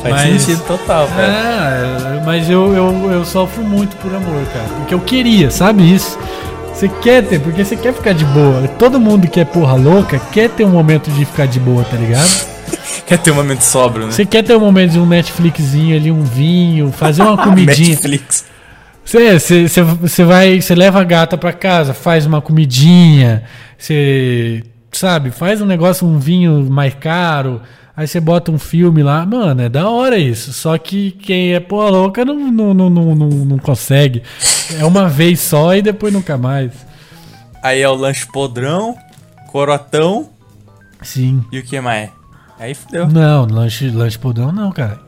A: Faz
B: Mas- É.
A: sentido total, cara.
B: Ah, mas eu, eu, eu sofro muito por amor, cara. Porque eu queria, sabe isso? Você quer ter, porque você quer ficar de boa. Todo mundo que é porra louca quer ter um momento de ficar de boa, tá ligado?
A: Quer ter um momento sóbrio, né?
B: Você quer ter um momento de um Netflixzinho ali, um vinho, fazer uma comidinha.
A: Netflix.
B: Você- Você você- você vai, você leva a gata pra casa, faz uma comidinha, você sabe, faz um negócio, um vinho mais caro, aí você bota um filme lá, mano, é da hora isso. Só que quem é porra louca não, não, não, não, não, não consegue. É uma vez só e depois nunca mais.
A: Aí é o lanche podrão, corotão
B: Sim.
A: e o que mais? Aí fudeu.
B: Não, lanche, lanche podrão não, cara.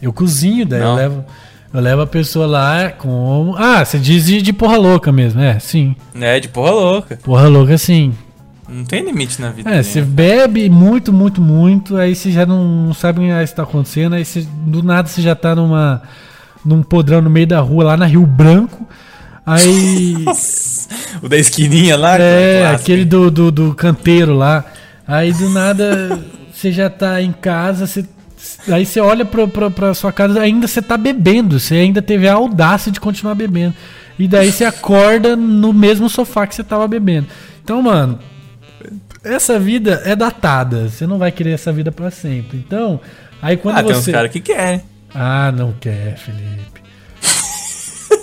B: Eu cozinho, daí eu
A: Não?
B: levo. Eu levo a pessoa lá com. Ah, você diz de, de porra louca mesmo, é, sim.
A: É, de porra louca.
B: Porra louca sim.
A: Não tem limite na vida.
B: É,
A: né?
B: você bebe muito, muito, muito, aí você já não, não sabe o que está acontecendo, aí você, do nada você já tá numa, num podrão no meio da rua, lá na Rio Branco, aí
A: O da esquininha lá. que
B: é
A: clássico.
B: aquele do, do, do canteiro lá, aí do nada você já tá em casa, você- aí você olha pra, pra, pra sua casa, ainda você tá bebendo, você ainda teve a audácia de continuar bebendo, e daí você acorda no mesmo sofá que você tava bebendo. Então, mano, essa vida é datada. Você não vai querer essa vida pra sempre. Então, aí quando
A: Ah, tem uns
B: você.
A: caras que querem.
B: Ah, não quer, Felipe.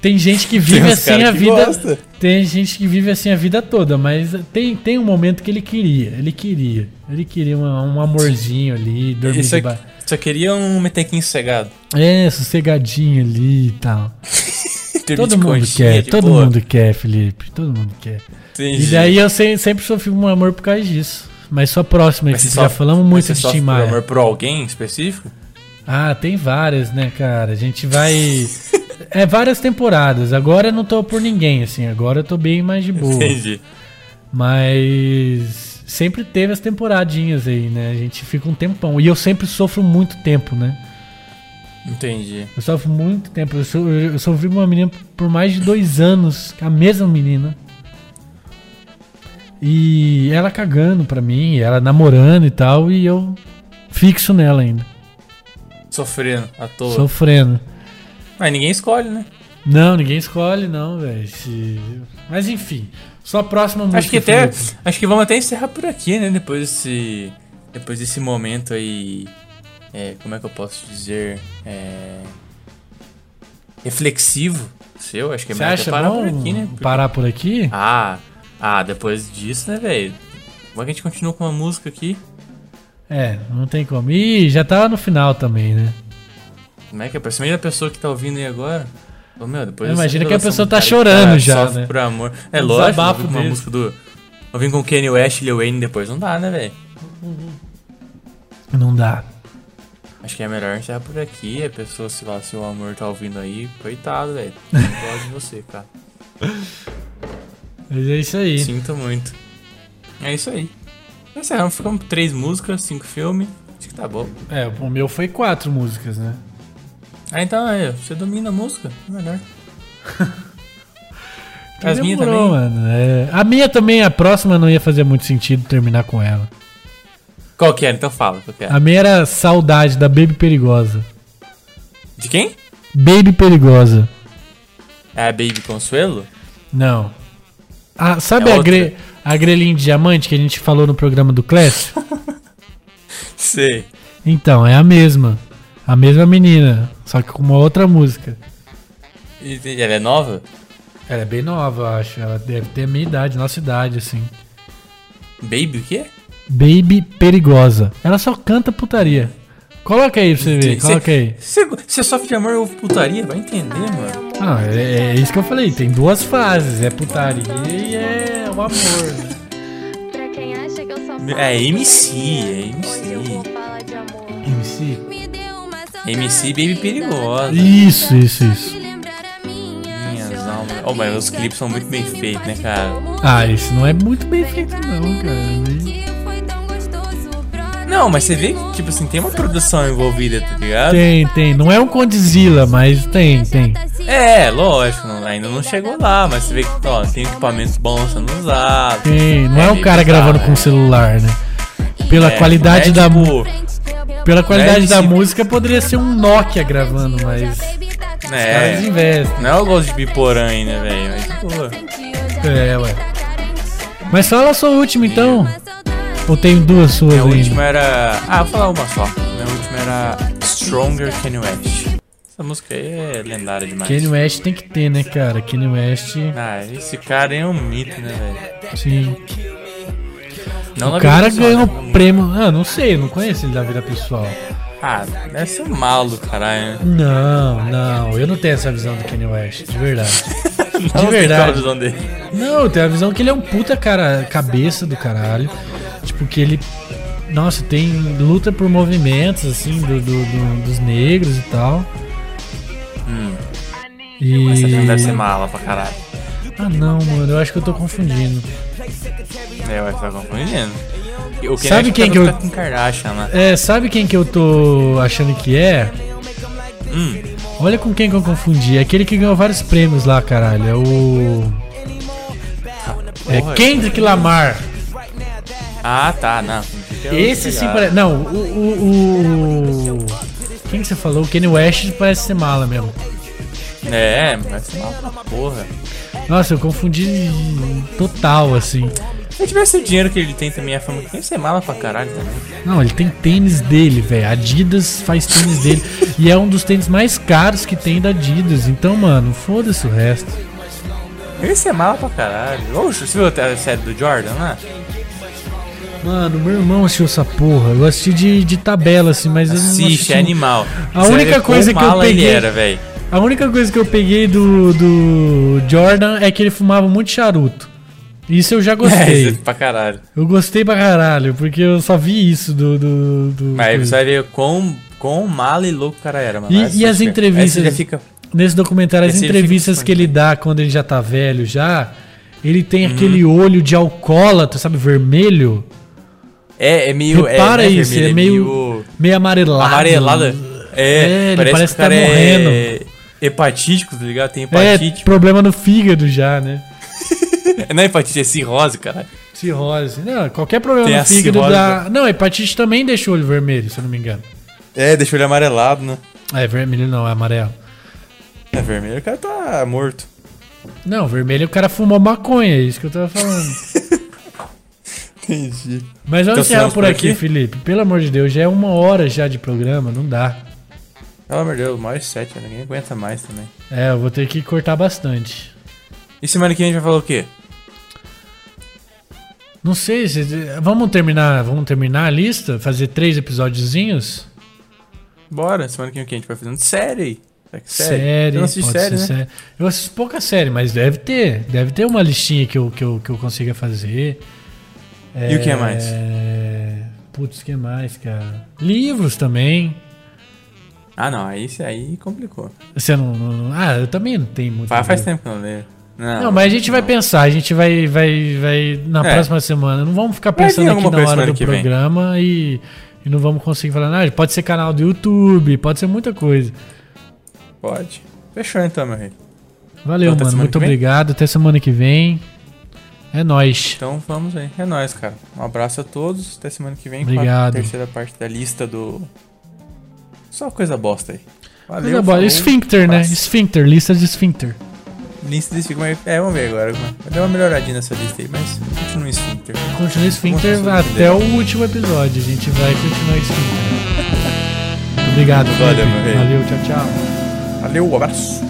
B: tem gente que vive
A: uns
B: assim
A: cara
B: a
A: que
B: vida.
A: gosta.
B: Tem gente que vive assim a vida toda, mas tem, tem um momento que ele queria. Ele queria. Ele queria uma- um amorzinho ali, dormir
A: Isso
B: de
A: aqui,
B: ba...
A: só queria um metequinho sossegado.
B: É, sossegadinho ali e tal. Todo mundo quer, todo mundo quer, Felipe. Todo mundo quer. E daí eu se- sempre sofri um amor por causa disso. Mas só próxima aqui, já falamos muito de Tim Maia.
A: amor por alguém específico?
B: Ah, tem várias, né, cara? A gente vai. é várias temporadas. Agora eu não tô por ninguém, assim. Agora eu tô bem mais de boa.
A: Entendi.
B: Mas sempre teve as temporadinhas aí, né? A gente fica um tempão. E eu sempre sofro muito tempo, né?
A: Entendi.
B: Eu sofro muito tempo. Eu, so, eu sofri com uma menina por mais de dois anos, a mesma menina. E ela cagando pra mim, ela namorando e tal, e eu fixo nela ainda,
A: Sofrendo à toa.
B: sofrendo.
A: Mas ninguém escolhe, né?
B: Não, ninguém escolhe, não, velho. Se- Mas enfim, só a próxima música.
A: Acho que até.
B: Felipe.
A: Acho que vamos até encerrar por aqui, né? Depois desse. Depois desse momento aí. é, como é que eu posso dizer? É, reflexivo seu. Acho que é
B: Você
A: melhor até
B: acha
A: parar
B: bom
A: por aqui, né? Porque-
B: parar por aqui?
A: Ah, ah, depois disso, né, velho? Como é que a gente continua com uma música aqui?
B: É, não tem como. Ih, já tá no final também, né?
A: Como é que é? Principalmente a pessoa que tá ouvindo aí agora. Ô, meu, depois
B: Eu
A: dessa
B: imagino que a
A: revelação
B: pessoa
A: do
B: tá
A: cara que
B: chorando já,
A: sofre
B: né?
A: por amor. É
B: Um
A: lógico,
B: desabafo
A: ouvir com uma
B: dele.
A: música do... Ouvir com Kanye West e Lil Wayne depois não dá, né, velho?
B: Não dá.
A: Acho que é melhor encerrar por aqui. A pessoa, sei lá, se o amor tá ouvindo aí, coitado, velho. Não gosto de você, cara.
B: Mas é isso aí.
A: Sinto muito. É isso aí. Encerramos, ficamos com três músicas, cinco filmes. Acho que tá bom.
B: É, o meu foi quatro músicas, né?
A: Ah, então, aí, você domina a música, é melhor. As minhas
B: Demorou,
A: também?
B: mano. É, a minha também, a próxima não ia fazer muito sentido terminar com ela.
A: Qual que era? Então fala, qual que era?
B: A minha era Saudade, da Baby Perigosa.
A: De quem?
B: Baby Perigosa.
A: É a Baby Consuelo?
B: Não. Ah, sabe
A: É
B: a,
A: outra?
B: gre, a grelhinha de diamante que a gente falou no programa do Clash?
A: Sei.
B: então, é a mesma. A mesma menina, só que com uma outra música.
A: E e ela é nova?
B: Ela é bem nova, eu acho. Ela deve ter a minha idade, nossa idade, assim.
A: Baby o quê?
B: Baby Perigosa. Ela só canta putaria. Coloca aí pra você ver, coloca aí.
A: Você sofre de amor ou putaria? Vai entender, mano.
B: Não, é, é isso que eu falei, tem duas fases, é putaria e é o amor. né?
E: Pra quem acha que eu só falo
A: É
E: de
A: MC,
E: poesia,
A: é MC.
E: Hoje eu vou falar de amor.
B: MC.
E: Me deu uma saudade
A: MC Baby Perigosa.
B: Isso, isso, isso.
A: Minhas
E: Minhas
A: almas. Oh, mas os clipes são muito bem feitos, né, cara?
B: Ah, isso não é muito bem feito não, cara.
E: cara.
A: Não, mas você vê que, tipo assim, tem uma produção envolvida, tá ligado?
B: Tem, tem. Não é um Condizila, mas tem, tem.
A: É, lógico, não- ainda não chegou lá, mas você vê que ó, tem equipamentos bons sendo usados.
B: Tem. Não é um
A: meio bizarro,
B: cara gravando com
A: né?
B: celular, né? Pela
A: É,
B: qualidade
A: é
B: da mu-
A: tipo,
B: pela qualidade
A: né,
B: da
A: esse-
B: música poderia ser um Nokia gravando, mas
A: É.
B: eles investem.
A: Não é o gosto de biporã ainda, velho. Mas, pô,
B: É, ué. Mas fala a sua última então. Ou tenho duas suas
A: minha
B: ainda?
A: última era. Ah, vou falar uma só. Minha última era Stronger Kanye West. Essa música aí é lendária demais.
B: Kanye West tem que ter, né, cara? Kanye West,
A: Ah, esse cara é um mito, né, velho?
B: sim.
A: Não na
B: O
A: vida
B: cara
A: pessoal,
B: ganhou
A: né?
B: o prêmio. Ah, não sei, não conheço ele da vida pessoal.
A: Ah, deve ser um malo, caralho. né?
B: Não, não, eu não tenho essa visão do Kanye West, de verdade.
A: Não sei
B: verdade.
A: qual é a visão dele.
B: Não, eu tenho a visão que ele é um puta cara, cabeça do caralho. Tipo, que ele. Nossa, tem luta por movimentos, assim, do, do- do- dos negros e tal.
A: Essa
B: E.
A: gente deve ser mala pra caralho.
B: Ah, não, mano, eu acho que eu tô confundindo.
A: É, eu acho que tá confundindo. E O Kanye
B: Sabe
A: West
B: quem
A: tá
B: que eu-
A: tá com Kardashian lá.
B: É, sabe quem que eu tô achando que é?
A: Hum,
B: Olha com quem que eu confundi. É aquele que ganhou vários prêmios lá, caralho. É o. É
A: porra,
B: Kendrick Lamar.
A: Ah, tá, não.
B: Esse sim parece. Não, o. o, o- Quem que você falou? O Kanye West parece ser mala mesmo.
A: É, mas ser mala pra porra.
B: Nossa, eu confundi total, assim.
A: Se ele tivesse o dinheiro que ele tem também, a fama que tem, ser mala pra caralho também.
B: Não, ele tem tênis dele, velho. Adidas faz tênis dele. e é um dos tênis mais caros que tem da Adidas. Então, mano, foda-se o resto.
A: Ele ser mala pra caralho. Oxe, você viu a série do Jordan né? lá?
B: Mano, meu irmão assistiu essa porra. Eu assisti de, de tabela, assim, mas eu não
A: Assiste,
B: assisti-
A: é animal.
B: A
A: Você
B: única
A: vê quão
B: coisa que eu
A: mala ele
B: peguei-
A: era, velho.
B: A única coisa que eu peguei do, do Jordan é que ele fumava muito charuto. Isso eu já
A: É,
B: gostei.
A: pra caralho.
B: Eu gostei pra caralho, porque eu só vi isso do. do, do-
A: Mas você vai ver quão, quão mal e louco o cara era, mano.
B: E-
A: Aí você
B: e as
A: fica- aí
B: entrevistas?
A: Você já fica.
B: Nesse documentário, as
A: Esse ele Uhum. fica
B: entrevistas que ele dá quando ele já tá velho já, ele tem aquele olho de alcoólatra, sabe, vermelho.
A: É, é meio.
B: Repara
A: é, né,
B: isso,
A: vermelho,
B: é meio. Meio amarelado.
A: amarelada.
B: É,
A: É,
B: ele
A: parece,
B: parece
A: que o
B: que tá
A: cara é hepatítico, tá ligado? Tem
B: É,
A: hepatite.
B: problema no fígado já, né?
A: Não é hepatite, é cirrose, cara.
B: Cirrose. assim, Não, qualquer problema
A: Tem
B: no
A: a
B: fígado
A: cirrose, né?
B: dá. Não, hepatite também deixa o olho vermelho, se eu não me engano.
A: É, deixou ele amarelado, né?
B: É, vermelho não, é amarelo.
A: É vermelho, o cara tá morto.
B: Não, vermelho o cara fumou maconha, é isso que eu tava falando.
A: Entendi.
B: Mas
A: Então,
B: vamos encerrar
A: encerramos
B: é por
A: por
B: aqui,
A: aqui?
B: Felipe. Pelo amor de Deus, já é uma hora já de programa, não dá.
A: Pelo amor de Deus, mais sete, né? ninguém aguenta mais também.
B: É, eu vou ter que cortar bastante.
A: E semana que vem a gente vai falar o quê?
B: Não sei, se- vamos terminar, vamos terminar a lista, fazer três episódiozinhos?
A: Bora, semana que vem o que a gente vai fazendo? Série! Será que
B: Série,
A: Eu não
B: pode
A: assisti série,
B: ser
A: né?
B: série. Eu assisto pouca série, mas deve ter, deve ter uma listinha que eu, que eu, que eu consiga fazer.
A: E o que mais?
B: É, Putz, o que mais, cara? Livros também.
A: Ah, não, aí, aí complicou.
B: Você não, não- não- Ah, eu também não tenho muito.
A: Faz, faz
B: livro.
A: tempo que eu não leio. Não,
B: Não, mas a gente vai
A: não.
B: pensar, a gente vai, vai, vai na
A: É.
B: próxima semana. Não vamos ficar
A: Vai vir
B: pensando aqui
A: alguma
B: na
A: coisa
B: hora
A: semana
B: do
A: que vem.
B: programa e, e não vamos conseguir falar nada. Pode ser canal do YouTube, pode ser muita coisa.
A: Pode. Fechou então, meu rei.
B: Valeu,
A: Então, até
B: mano.
A: semana
B: Muito
A: que vem?
B: obrigado. Até semana que vem. É nóis.
A: Então vamos aí. É nóis, cara. Um abraço a todos. Até semana que vem com a
B: Obrigado.
A: terceira parte da lista do. Só coisa bosta aí. Valeu.
B: Coisa boa.
A: falou,
B: Esfíncter, né?
A: abraço.
B: Esfíncter, lista de esfíncter.
A: Lista desse filme aí. É, vamos ver agora. mano. Vai dar uma melhoradinha nessa lista aí, mas continua em esfíncter.
B: Continua esfíncter
A: Nossa,
B: até o último episódio. A gente vai continuar esfíncter. Obrigado,
A: Valeu,
B: Felipe.
A: meu rei.
B: Valeu, tchau, tchau.
A: Valeu, um abraço.